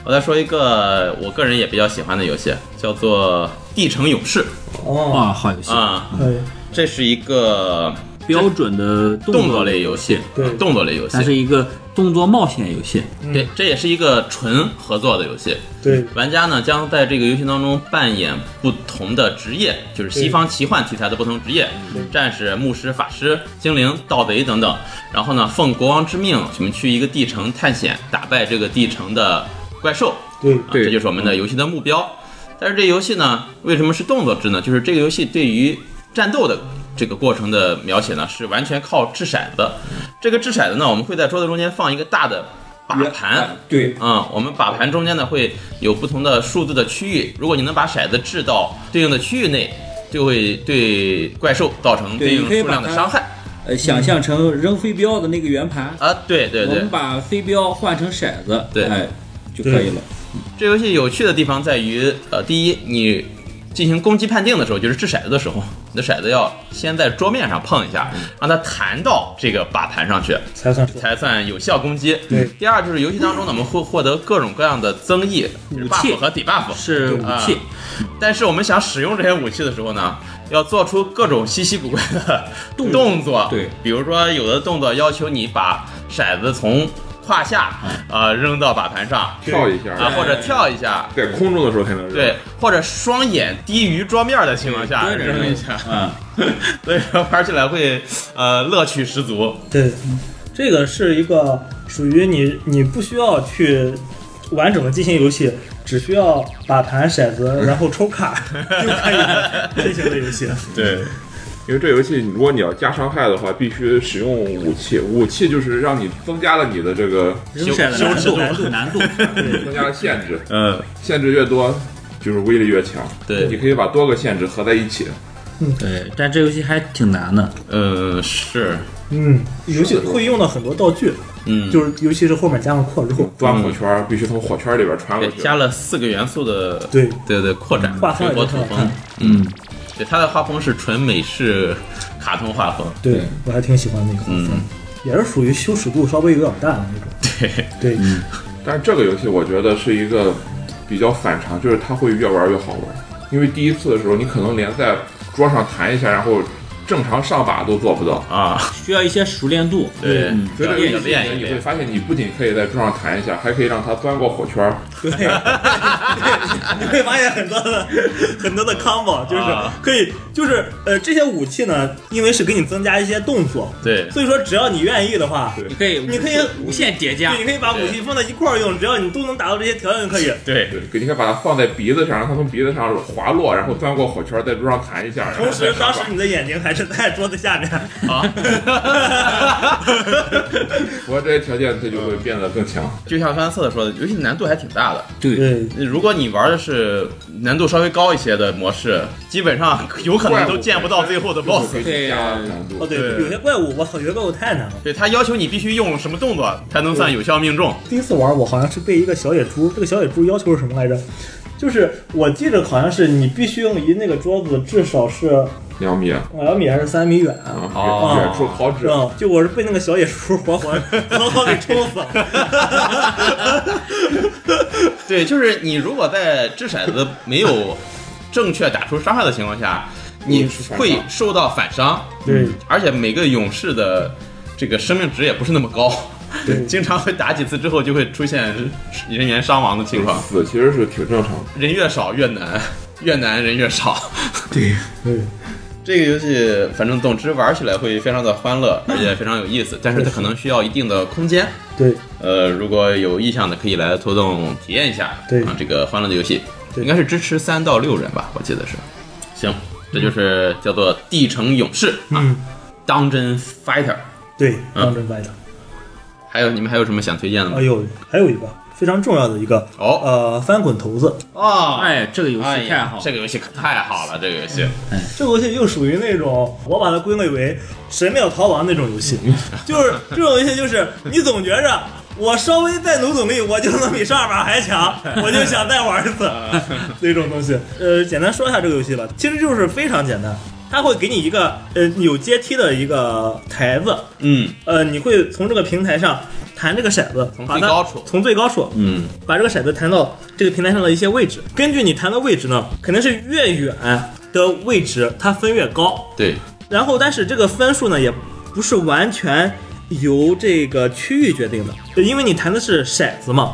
[SPEAKER 1] 我再说一个我个人也比较喜欢的游戏，叫做《地城勇士
[SPEAKER 4] 哦，
[SPEAKER 3] 啊，好游》戏，
[SPEAKER 1] 啊、
[SPEAKER 4] 可以。
[SPEAKER 1] 这是一个
[SPEAKER 3] 标准的动
[SPEAKER 1] 动作类游戏，
[SPEAKER 4] 对
[SPEAKER 1] 动作类游
[SPEAKER 3] 它
[SPEAKER 1] 戏。
[SPEAKER 3] 是一个动作冒险游戏。
[SPEAKER 1] 对，这也是一个纯合作的游戏。
[SPEAKER 4] 对
[SPEAKER 1] 玩家呢将在这个游戏当中扮演不同的职业，就是西方奇幻题材的不同职业，战士、牧师、法师、精灵、盗贼等等。然后呢，奉国王之命，我们去一个地城探险，打败这个地城的怪兽。
[SPEAKER 4] 对
[SPEAKER 1] 啊，
[SPEAKER 3] 对
[SPEAKER 1] 这就是我们的游戏的目标。但是这游戏呢，为什么是动作制呢？就是这个游戏对于战斗的这个过程的描写呢，是完全靠掷骰子。这个掷骰子呢，我们会在桌子中间放一个大的把
[SPEAKER 3] 哎
[SPEAKER 1] 盘。
[SPEAKER 5] 对，
[SPEAKER 1] 嗯，我们把盘中间呢会有不同的数字的区域，如果你能把骰子掷到对应的区域内，就会对怪兽造成
[SPEAKER 5] 对
[SPEAKER 1] 对应
[SPEAKER 5] 你可以
[SPEAKER 1] 数量
[SPEAKER 5] 把它
[SPEAKER 1] 的伤害。
[SPEAKER 5] 呃，想象成扔飞镖的那个圆盘，
[SPEAKER 1] 啊，对对
[SPEAKER 5] 我
[SPEAKER 1] 对
[SPEAKER 5] 们，把飞镖换成骰子，
[SPEAKER 1] 对
[SPEAKER 5] 哎，就可以了。
[SPEAKER 1] 这游戏有趣的地方在于，呃，第一，你进行攻击判定的时候，就是掷骰子的时候，你的骰子要先在桌面上碰一下，
[SPEAKER 5] 嗯
[SPEAKER 1] 让它弹到这个靶盘上去，
[SPEAKER 4] 才算是
[SPEAKER 1] 才算有效攻击。对。第二就是游戏当中呢，我们会获得各种各样的增益
[SPEAKER 3] 武器
[SPEAKER 1] buff 和 debuff，
[SPEAKER 3] 是武
[SPEAKER 1] 啊
[SPEAKER 3] 器，
[SPEAKER 1] 但是我们想使用这些武器的时候呢，要做出各种稀奇古怪的
[SPEAKER 3] 动作
[SPEAKER 1] 动作。
[SPEAKER 5] 对，
[SPEAKER 1] 比如说有的动作要求你把骰子从胯下啊、呃扔到靶盘上
[SPEAKER 2] 跳一下
[SPEAKER 1] 啊，，或者跳一下。
[SPEAKER 2] 在空中的时候才能扔。
[SPEAKER 1] 对，，或者双眼低于桌面的情况下
[SPEAKER 5] 对对对
[SPEAKER 1] 扔一下，
[SPEAKER 5] 啊，
[SPEAKER 1] 所以说玩起来会呃乐趣十足。
[SPEAKER 4] 对，嗯这个是一个属于你你不需要去完整的进行游戏，只需要把盘骰子，然后抽卡 就可以进行的游戏。
[SPEAKER 1] 对，
[SPEAKER 2] 因为这游戏如果你要加伤害的话，必须使用武器，武器就是让你增加了你的这个
[SPEAKER 3] 扔骰子
[SPEAKER 1] 羞
[SPEAKER 3] 难
[SPEAKER 1] 耻
[SPEAKER 3] 度
[SPEAKER 1] 度
[SPEAKER 3] 难度难度，
[SPEAKER 2] 增加了限制，
[SPEAKER 1] 嗯，
[SPEAKER 2] 限制越多，就是威力越强。
[SPEAKER 1] 对
[SPEAKER 2] 你可以把多个限制合在一起。
[SPEAKER 3] 对，但这游戏还挺难的。
[SPEAKER 1] 呃，是，
[SPEAKER 4] 嗯，游戏会用到很多道具，
[SPEAKER 1] 嗯，
[SPEAKER 4] 就是尤其是后面加上扩之后，
[SPEAKER 2] 钻火圈儿必须从火圈里边穿过
[SPEAKER 1] 对
[SPEAKER 2] 去。
[SPEAKER 1] 加了四个元素的，
[SPEAKER 4] 对
[SPEAKER 1] 对对，扩展
[SPEAKER 4] 画风
[SPEAKER 1] 水
[SPEAKER 4] 也
[SPEAKER 1] 墨
[SPEAKER 4] 就很
[SPEAKER 1] 土
[SPEAKER 4] 好
[SPEAKER 1] 风
[SPEAKER 4] 看，。
[SPEAKER 3] 嗯，
[SPEAKER 1] 对，它的画风是纯美式卡通画风，
[SPEAKER 4] 对我还挺喜欢那个画风，
[SPEAKER 1] 嗯
[SPEAKER 4] 也是属于羞耻度稍微有点大的那种。
[SPEAKER 1] 对，嗯
[SPEAKER 4] 对，
[SPEAKER 2] 但是这个游戏我觉得是一个比较反常，就是它会越玩越好玩。因为第一次的时候，你可能连在桌上弹一下，然后正常上靶都做不到。
[SPEAKER 1] 啊，
[SPEAKER 3] 需要一些熟练度。
[SPEAKER 1] 对
[SPEAKER 3] 嗯，
[SPEAKER 2] 所以这个游
[SPEAKER 1] 要
[SPEAKER 2] 戏
[SPEAKER 1] 练
[SPEAKER 2] 里
[SPEAKER 1] 一
[SPEAKER 2] 面你会
[SPEAKER 1] 练，
[SPEAKER 2] 发现，你不仅可以在桌上弹一下，还可以让它钻过火圈儿。
[SPEAKER 4] 你会发现很多的很多的 combo 就是
[SPEAKER 1] 啊
[SPEAKER 4] 可以，就是呃这些武器呢，因为是给你增加一些动作，
[SPEAKER 1] 对，
[SPEAKER 4] 所以说只要你愿意的话，
[SPEAKER 2] 对
[SPEAKER 3] 你可以，
[SPEAKER 4] 你可以
[SPEAKER 3] 无限叠加
[SPEAKER 4] 对，你。可以把武器放在一块儿用，只要你都能达到这些条件就可以。
[SPEAKER 1] 对，
[SPEAKER 2] 对，你可以把它放在鼻子上，让它从鼻子上滑落，然后钻过火圈，在桌上弹一下。然后
[SPEAKER 4] 同时
[SPEAKER 2] 再，
[SPEAKER 4] 当
[SPEAKER 2] 上靶
[SPEAKER 4] 时你的眼睛还是在桌子下面。
[SPEAKER 1] 好，
[SPEAKER 2] 符合这些条件，它就会变得更强。
[SPEAKER 1] 就像刚才策策说的，游戏难度还挺大的。
[SPEAKER 4] 对，
[SPEAKER 1] 如果你玩的是难度稍微高一些的模式，基本上有可能都见不到最后的 BOSS。
[SPEAKER 2] 对呀，难
[SPEAKER 4] 哦
[SPEAKER 2] 度。
[SPEAKER 4] 对，
[SPEAKER 1] 对
[SPEAKER 4] 有些怪物我操，有些怪物太难了。
[SPEAKER 1] 对他要求你必须用什么动作才能算有效命中？
[SPEAKER 4] 第一次玩，我好像是被一个小野猪，这个小野猪要求是什么来着？就是我记着好像是你必须用离那个桌子至少是
[SPEAKER 2] 两米
[SPEAKER 4] 两米还是三米远啊
[SPEAKER 1] 哦
[SPEAKER 2] 啊，远处好指。
[SPEAKER 4] 嗯，就我是被那个小野猪活活 活活给抽死了。
[SPEAKER 1] 对，就是你如果在掷骰子没有正确打出伤害的情况下，你会受到反伤，嗯
[SPEAKER 4] 对
[SPEAKER 1] 而且每个勇士的这个生命值也不是那么高，
[SPEAKER 4] 对
[SPEAKER 1] 经常会打几次之后就会出现人员伤亡的情况，
[SPEAKER 2] 死其实是挺正常的，
[SPEAKER 1] 人越少越难，越难人越少。
[SPEAKER 4] 对，
[SPEAKER 1] 这个游戏，反正总之玩起来会非常的欢乐，而且非常有意思，但是它可能需要一定的空间。
[SPEAKER 4] 对，
[SPEAKER 1] 呃，如果有意向的，可以来拖动体验一下。
[SPEAKER 4] 对
[SPEAKER 1] 啊，这个欢乐的游戏
[SPEAKER 4] 对
[SPEAKER 1] 应该是支持三到六人吧，我记得是。行，这就是叫做《地城勇士》啊，
[SPEAKER 4] 嗯，啊
[SPEAKER 1] 《Dungeon Fighter》。
[SPEAKER 4] 对，
[SPEAKER 1] 嗯
[SPEAKER 4] 当真白的。
[SPEAKER 1] 还有你们还有什么想推荐的吗
[SPEAKER 4] 哎？呦，还有一个非常重要的一个，
[SPEAKER 1] 哦
[SPEAKER 4] 呃，翻滚头子，
[SPEAKER 1] 哦，
[SPEAKER 3] 哎，这个游
[SPEAKER 1] 哎
[SPEAKER 3] 戏太
[SPEAKER 1] 呀
[SPEAKER 3] 好了，
[SPEAKER 1] 这个游戏可太好了，这个游戏。
[SPEAKER 4] 这个游戏又属于那种，我把它归类为神庙逃亡那种 游戏，就是这种游戏就是你总觉着。我稍微再努努力，我就能比上一把还强， 我就想再玩一次那种东西。呃，简单说一下这个游戏吧，其实就是非常简单，它会给你一个呃有阶梯的一个台子，
[SPEAKER 1] 嗯
[SPEAKER 4] 呃，你会从这个平台上弹这个骰子，
[SPEAKER 1] 从
[SPEAKER 4] 把
[SPEAKER 1] 最
[SPEAKER 4] 它
[SPEAKER 1] 高处
[SPEAKER 4] 从最高处，
[SPEAKER 1] 嗯，
[SPEAKER 4] 把这个骰子弹到这个平台上的一些位置。根据你弹的位置呢，肯定是越远的位置它分越高。
[SPEAKER 1] 对，
[SPEAKER 4] 然后，但是这个分数呢，也不是完全由这个区域决定的，因为你弹的是骰子嘛，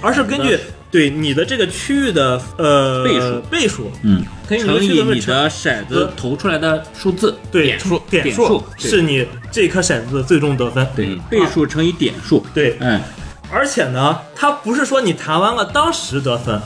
[SPEAKER 4] 而是根据对你的这个区域的呃
[SPEAKER 3] 嗯倍数
[SPEAKER 4] 倍数
[SPEAKER 3] 嗯，可以
[SPEAKER 4] 乘
[SPEAKER 3] 乘
[SPEAKER 4] 以
[SPEAKER 3] 以
[SPEAKER 4] 你
[SPEAKER 3] 你
[SPEAKER 4] 的
[SPEAKER 3] 的骰子投出来的数字，
[SPEAKER 4] 对
[SPEAKER 1] 点数
[SPEAKER 4] 点
[SPEAKER 3] 点数对
[SPEAKER 4] 是你这颗骰子的最终得分。
[SPEAKER 3] 对
[SPEAKER 1] 嗯，
[SPEAKER 3] 倍数乘以点数，
[SPEAKER 4] 对，
[SPEAKER 3] 哎，
[SPEAKER 4] 而且呢，它不是说你弹完了当时得分，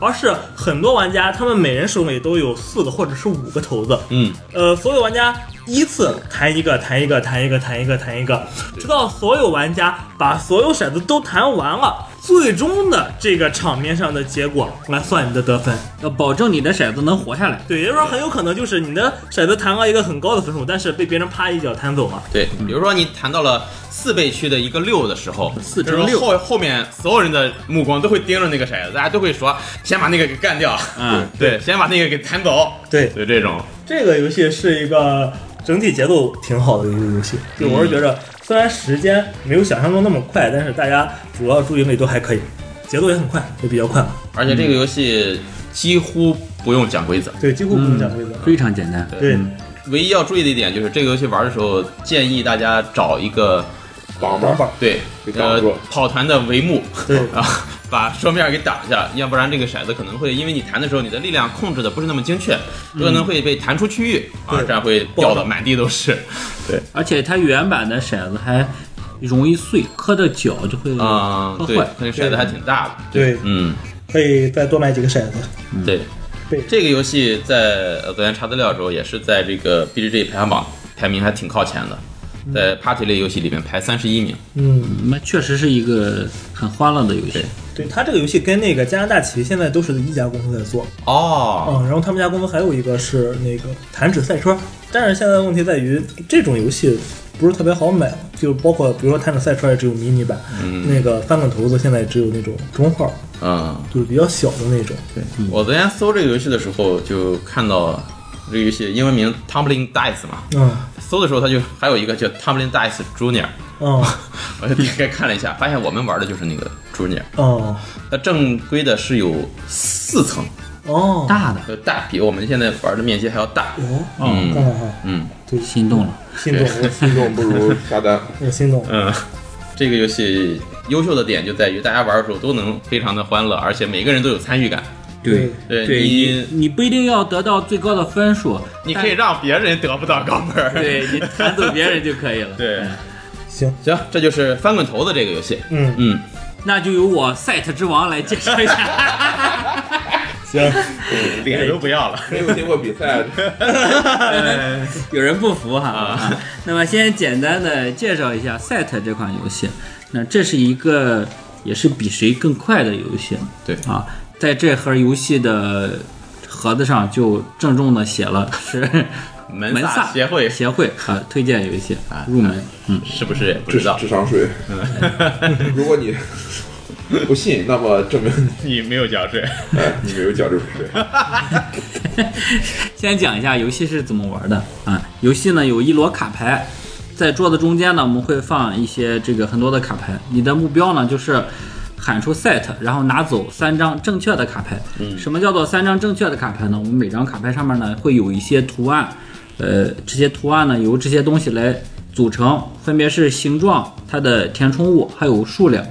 [SPEAKER 4] 而是很多玩家他们每人手里都有四个或者是五个骰子，
[SPEAKER 1] 嗯，
[SPEAKER 4] 呃，所有玩家依次弹一个，弹一个，弹一个，弹一个，弹一个，直到所有玩家把所有骰子都弹完了，最终的这个场面上的结果来算你的得分。
[SPEAKER 3] 要保证你的骰子能活下来。
[SPEAKER 4] 对，也就是说很有可能就是你的骰子弹了一个很高的分数，但是被别人啪一脚弹走了。
[SPEAKER 1] 对，比如说你谈到了四倍区的一个六的时候，
[SPEAKER 3] 四
[SPEAKER 1] 这时
[SPEAKER 3] 乘
[SPEAKER 1] 候
[SPEAKER 3] 六
[SPEAKER 1] 后后面所有人的目光都会盯着那个骰子，大家都会说先把那个给干掉，
[SPEAKER 3] 嗯，
[SPEAKER 1] 对，先把那个给弹走，
[SPEAKER 4] 对，
[SPEAKER 1] 对这种，
[SPEAKER 4] 这个游戏是一个整体节奏挺好的一个游戏，就我是觉着虽然时间没有想象中那么快，但是大家主要注意力都还可以，节奏也很快，也比较快。
[SPEAKER 1] 而且这
[SPEAKER 4] 嗯
[SPEAKER 1] 个游戏几乎不用讲规则。
[SPEAKER 4] 对，几乎不用讲规则。
[SPEAKER 3] 非常简单。
[SPEAKER 4] 嗯对，
[SPEAKER 1] 唯一要注意的一点就是，这个游戏玩的时候建议大家找一个
[SPEAKER 2] 绑吧
[SPEAKER 4] 绑
[SPEAKER 1] 对
[SPEAKER 2] 给挡
[SPEAKER 1] 呃
[SPEAKER 2] 住
[SPEAKER 1] 跑团的帷幕，
[SPEAKER 4] 对
[SPEAKER 1] 啊，把桌面给挡下，要不然这个骰子可能会因为你弹的时候你的力量控制的不是那么精确，有可能会被弹出区域啊，
[SPEAKER 4] 嗯对
[SPEAKER 1] 这样会
[SPEAKER 4] 好
[SPEAKER 1] 掉的
[SPEAKER 4] 弄
[SPEAKER 1] 满地都是
[SPEAKER 3] 而且它原版的骰子还容易碎，磕到脚就会
[SPEAKER 1] 啊、
[SPEAKER 3] 磕
[SPEAKER 1] 对
[SPEAKER 3] 坏。，
[SPEAKER 1] 那个骰子还挺大的，
[SPEAKER 4] 嗯对
[SPEAKER 1] 嗯，
[SPEAKER 4] 可以再多买几个骰子。
[SPEAKER 1] 对
[SPEAKER 4] 对，
[SPEAKER 1] 这个游戏在呃昨天查资料的时候也是在这个 BGG 排行榜排名还挺靠前的，在 Party 类游戏里面排三十一名，
[SPEAKER 4] 嗯，
[SPEAKER 3] 那确实是一个很欢乐的游戏。
[SPEAKER 4] 对，它这个游戏跟那个加拿大棋现在都是一家公司在做。
[SPEAKER 1] 哦，
[SPEAKER 4] 嗯，然后他们家公司还有一个是那个弹指赛车，但是现在问题在于这种游戏不是特别好买，就包括比如说弹指赛车也只有迷你版，那个翻滚骰子现在只有那种中号，
[SPEAKER 1] 嗯。
[SPEAKER 4] 就是比较小的那种。对，
[SPEAKER 1] 我昨天搜这个游戏的时候，就看到这个游戏英文名 Tumbling Dice 嘛，
[SPEAKER 4] 嗯
[SPEAKER 1] 搜的时候它就还有一个叫 Tumbling Dice Junior，
[SPEAKER 4] 嗯
[SPEAKER 1] 我就点开看了一下，发现我们玩的就是那个 Junior。
[SPEAKER 4] 嗯
[SPEAKER 1] 它正规的是有四层，
[SPEAKER 4] 哦，
[SPEAKER 3] 大的，
[SPEAKER 1] 就大比我们现在玩的面积还要大。
[SPEAKER 4] 哦，看
[SPEAKER 1] 嗯
[SPEAKER 4] 看哈，
[SPEAKER 1] 嗯
[SPEAKER 3] 心动了。
[SPEAKER 4] 心动，我
[SPEAKER 2] 心动不如下 单。
[SPEAKER 4] 我心动。
[SPEAKER 1] 嗯，这个游戏优秀的点就在于大家玩的时候都能非常的欢乐，而且每个人都有参与感。
[SPEAKER 4] 对，
[SPEAKER 1] 对
[SPEAKER 5] 对
[SPEAKER 1] 你，
[SPEAKER 3] 你不一定要得到最高的分数，
[SPEAKER 1] 你可以让别人得不到高分儿。
[SPEAKER 3] 但 对你弹走别人就可以了。
[SPEAKER 1] 对，
[SPEAKER 4] 行，
[SPEAKER 1] 行，这就是翻滚头的这个游戏。
[SPEAKER 4] 嗯，
[SPEAKER 1] 嗯，
[SPEAKER 3] 那就由我 set 之王来介绍 一下。
[SPEAKER 4] 行，
[SPEAKER 1] 脸都不要了。
[SPEAKER 2] 没有经过比赛，
[SPEAKER 3] 有人不服哈、啊。那么先简单的介绍一下 Set 这款游戏，那这是一个也是比谁更快的游戏。
[SPEAKER 1] 对
[SPEAKER 3] 啊，在这盒游戏的盒子上就郑重的写了是
[SPEAKER 1] 门
[SPEAKER 3] 门
[SPEAKER 1] 萨
[SPEAKER 3] 萨
[SPEAKER 1] 协会啊
[SPEAKER 3] 协会啊推荐游戏入门。嗯，
[SPEAKER 1] 是不是也不
[SPEAKER 2] 智
[SPEAKER 1] 知道？
[SPEAKER 2] 智 商税。如果你 不信，那么证明
[SPEAKER 1] 你没有缴税。
[SPEAKER 2] 你哎你没有缴这个税。
[SPEAKER 3] 先讲一下游戏是怎么玩的啊。游戏呢有一摞卡牌，在桌子中间呢我们会放一些这个很多的卡牌。你的目标呢就是喊出 set，然后拿走三张正确的卡牌。嗯，什么叫做三张正确的卡牌呢？我们每张卡牌上面呢会有一些图案，呃，这些图案呢由这些东西来组成，分别是形状、它的填充物、还有数量、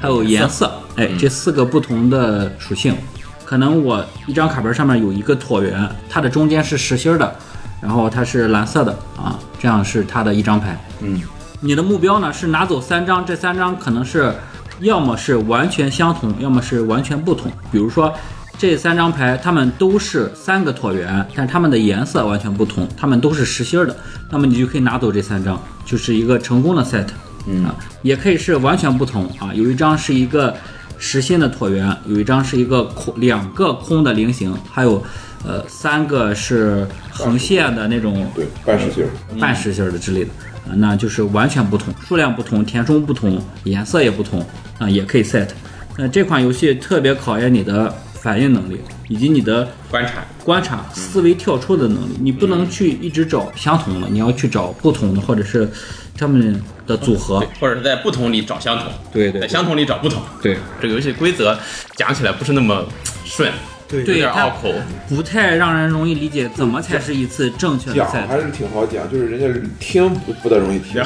[SPEAKER 3] 还有颜色，哎，这四个不同的属性。可能我一张卡牌上面有一个椭圆，它的中间是实心儿的，然后它是蓝色的啊，这样是它的一张牌。
[SPEAKER 1] 嗯，
[SPEAKER 3] 你的目标呢是拿走三张，这三张可能是要么是完全相同，要么是完全不同。比如说这三张牌，它们都是三个椭圆，但是它们的颜色完全不同，它们都是实心儿的，那么你就可以拿走这三张，就是一个成功的 set。嗯、啊，也可以是完全不同啊，有一张是一个实心的椭圆，有一张是一个空两个空的菱形，还有呃三个是横线的那种
[SPEAKER 2] 对，办事 情。
[SPEAKER 3] 嗯半实心儿的之类的，啊，那就是完全不同，数量不同，填充不同，颜色也不同，啊，也可以 set。那这款游戏特别考验你的反应能力以及你的
[SPEAKER 1] 观察。
[SPEAKER 3] 观察、思维跳出的能力。你不能去一直找相同的，你要去找不同的，或者是他们的组合
[SPEAKER 1] 对。，或者是在不同里找相同，
[SPEAKER 3] 对
[SPEAKER 1] 在相同里找不同。
[SPEAKER 3] 对，
[SPEAKER 1] 这个游戏规则讲起来不是那么顺，
[SPEAKER 4] 对
[SPEAKER 1] 有
[SPEAKER 3] 对
[SPEAKER 1] 点
[SPEAKER 3] 它
[SPEAKER 1] 拗口。
[SPEAKER 3] 不太让人容易理解，怎么才是一次正确的
[SPEAKER 2] 讲
[SPEAKER 3] set？
[SPEAKER 2] 还是挺好讲，就是人家听不不大容易听，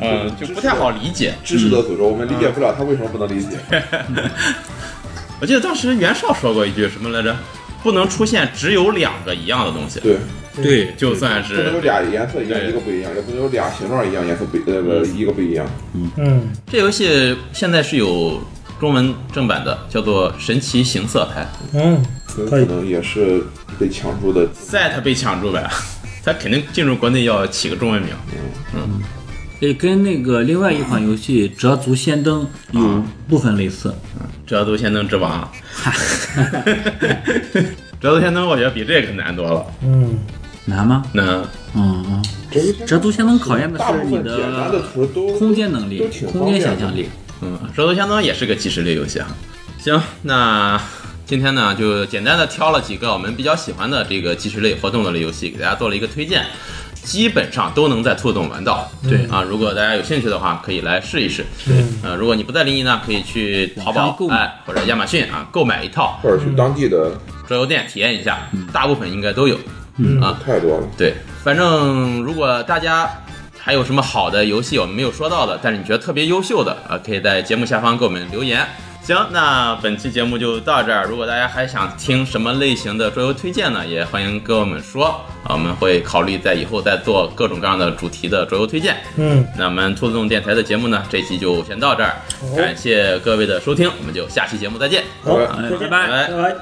[SPEAKER 1] 嗯，就不太好理解。
[SPEAKER 2] 知识的诅咒，我们理解不了他为什么不能理 解。
[SPEAKER 1] 我记得当时袁绍说过一句什么来着？不能出现只有两个一样的东西。
[SPEAKER 2] 对，
[SPEAKER 3] 对，
[SPEAKER 1] 就算
[SPEAKER 2] 不能有
[SPEAKER 1] 是
[SPEAKER 2] 俩颜色一样，
[SPEAKER 1] 对
[SPEAKER 2] 一个不一样，也不能有呃俩形状一样，颜色不那个一个不一样。
[SPEAKER 4] 嗯，
[SPEAKER 1] 这游戏现在是有中文正版的叫做《神奇行色牌
[SPEAKER 4] 嗯，
[SPEAKER 2] 所以
[SPEAKER 4] 可以
[SPEAKER 2] 可能也是被抢注的。》
[SPEAKER 1] ，set 被抢注呗， 他肯定进入国内要起个中文名。
[SPEAKER 3] 也跟那个另外一款游戏《折足仙灯》有部分类似。
[SPEAKER 1] 折足仙灯之 王， 折足仙灯我觉得比这个难多了。
[SPEAKER 4] 嗯，
[SPEAKER 3] 难吗？
[SPEAKER 1] 那
[SPEAKER 3] 嗯嗯。折足仙灯考验的
[SPEAKER 2] 大
[SPEAKER 3] 是
[SPEAKER 2] 部
[SPEAKER 3] 你
[SPEAKER 2] 分简单的图都
[SPEAKER 3] 空间能
[SPEAKER 2] 都
[SPEAKER 3] 力
[SPEAKER 2] 挺、
[SPEAKER 3] 空间想象
[SPEAKER 2] 力。
[SPEAKER 3] 力。
[SPEAKER 1] 嗯，折足相当也是个即时类游戏啊。行，那今天呢就简单的挑了几个我们比较喜欢的这个即时类活动的类游戏，给大家做了一个推荐，基本上都能在兔总玩到。
[SPEAKER 3] 对
[SPEAKER 1] 啊，如果大家有兴趣的话，可以来试一试。对，呃，如果你不在临沂呢，可以去淘
[SPEAKER 3] 网
[SPEAKER 1] 宝
[SPEAKER 3] 上购买
[SPEAKER 1] 哎或者亚马逊啊购买一套
[SPEAKER 2] 或者去当地的
[SPEAKER 1] 桌游店体验一下，
[SPEAKER 3] 嗯
[SPEAKER 1] 大部分应该都有。
[SPEAKER 4] 嗯
[SPEAKER 1] 啊，
[SPEAKER 2] 太多了，
[SPEAKER 1] 对，反正如果大家还有什么好的游戏我们没有说到的，但是你觉得特别优秀的啊，呃可以在节目下方给我们留言。行，那本期节目就到这儿。如果大家还想听什么类型的桌游推荐呢，也欢迎跟我们说，啊我们会考虑在以后再做各种各样的主题的桌游推荐。
[SPEAKER 4] 嗯，
[SPEAKER 1] 那我们兔子洞电台的节目呢，这期就先到这儿，感谢各位的收听，我们就下期节目再见，
[SPEAKER 2] 好吧
[SPEAKER 3] 哎拜拜。
[SPEAKER 1] 拜拜
[SPEAKER 4] 拜拜。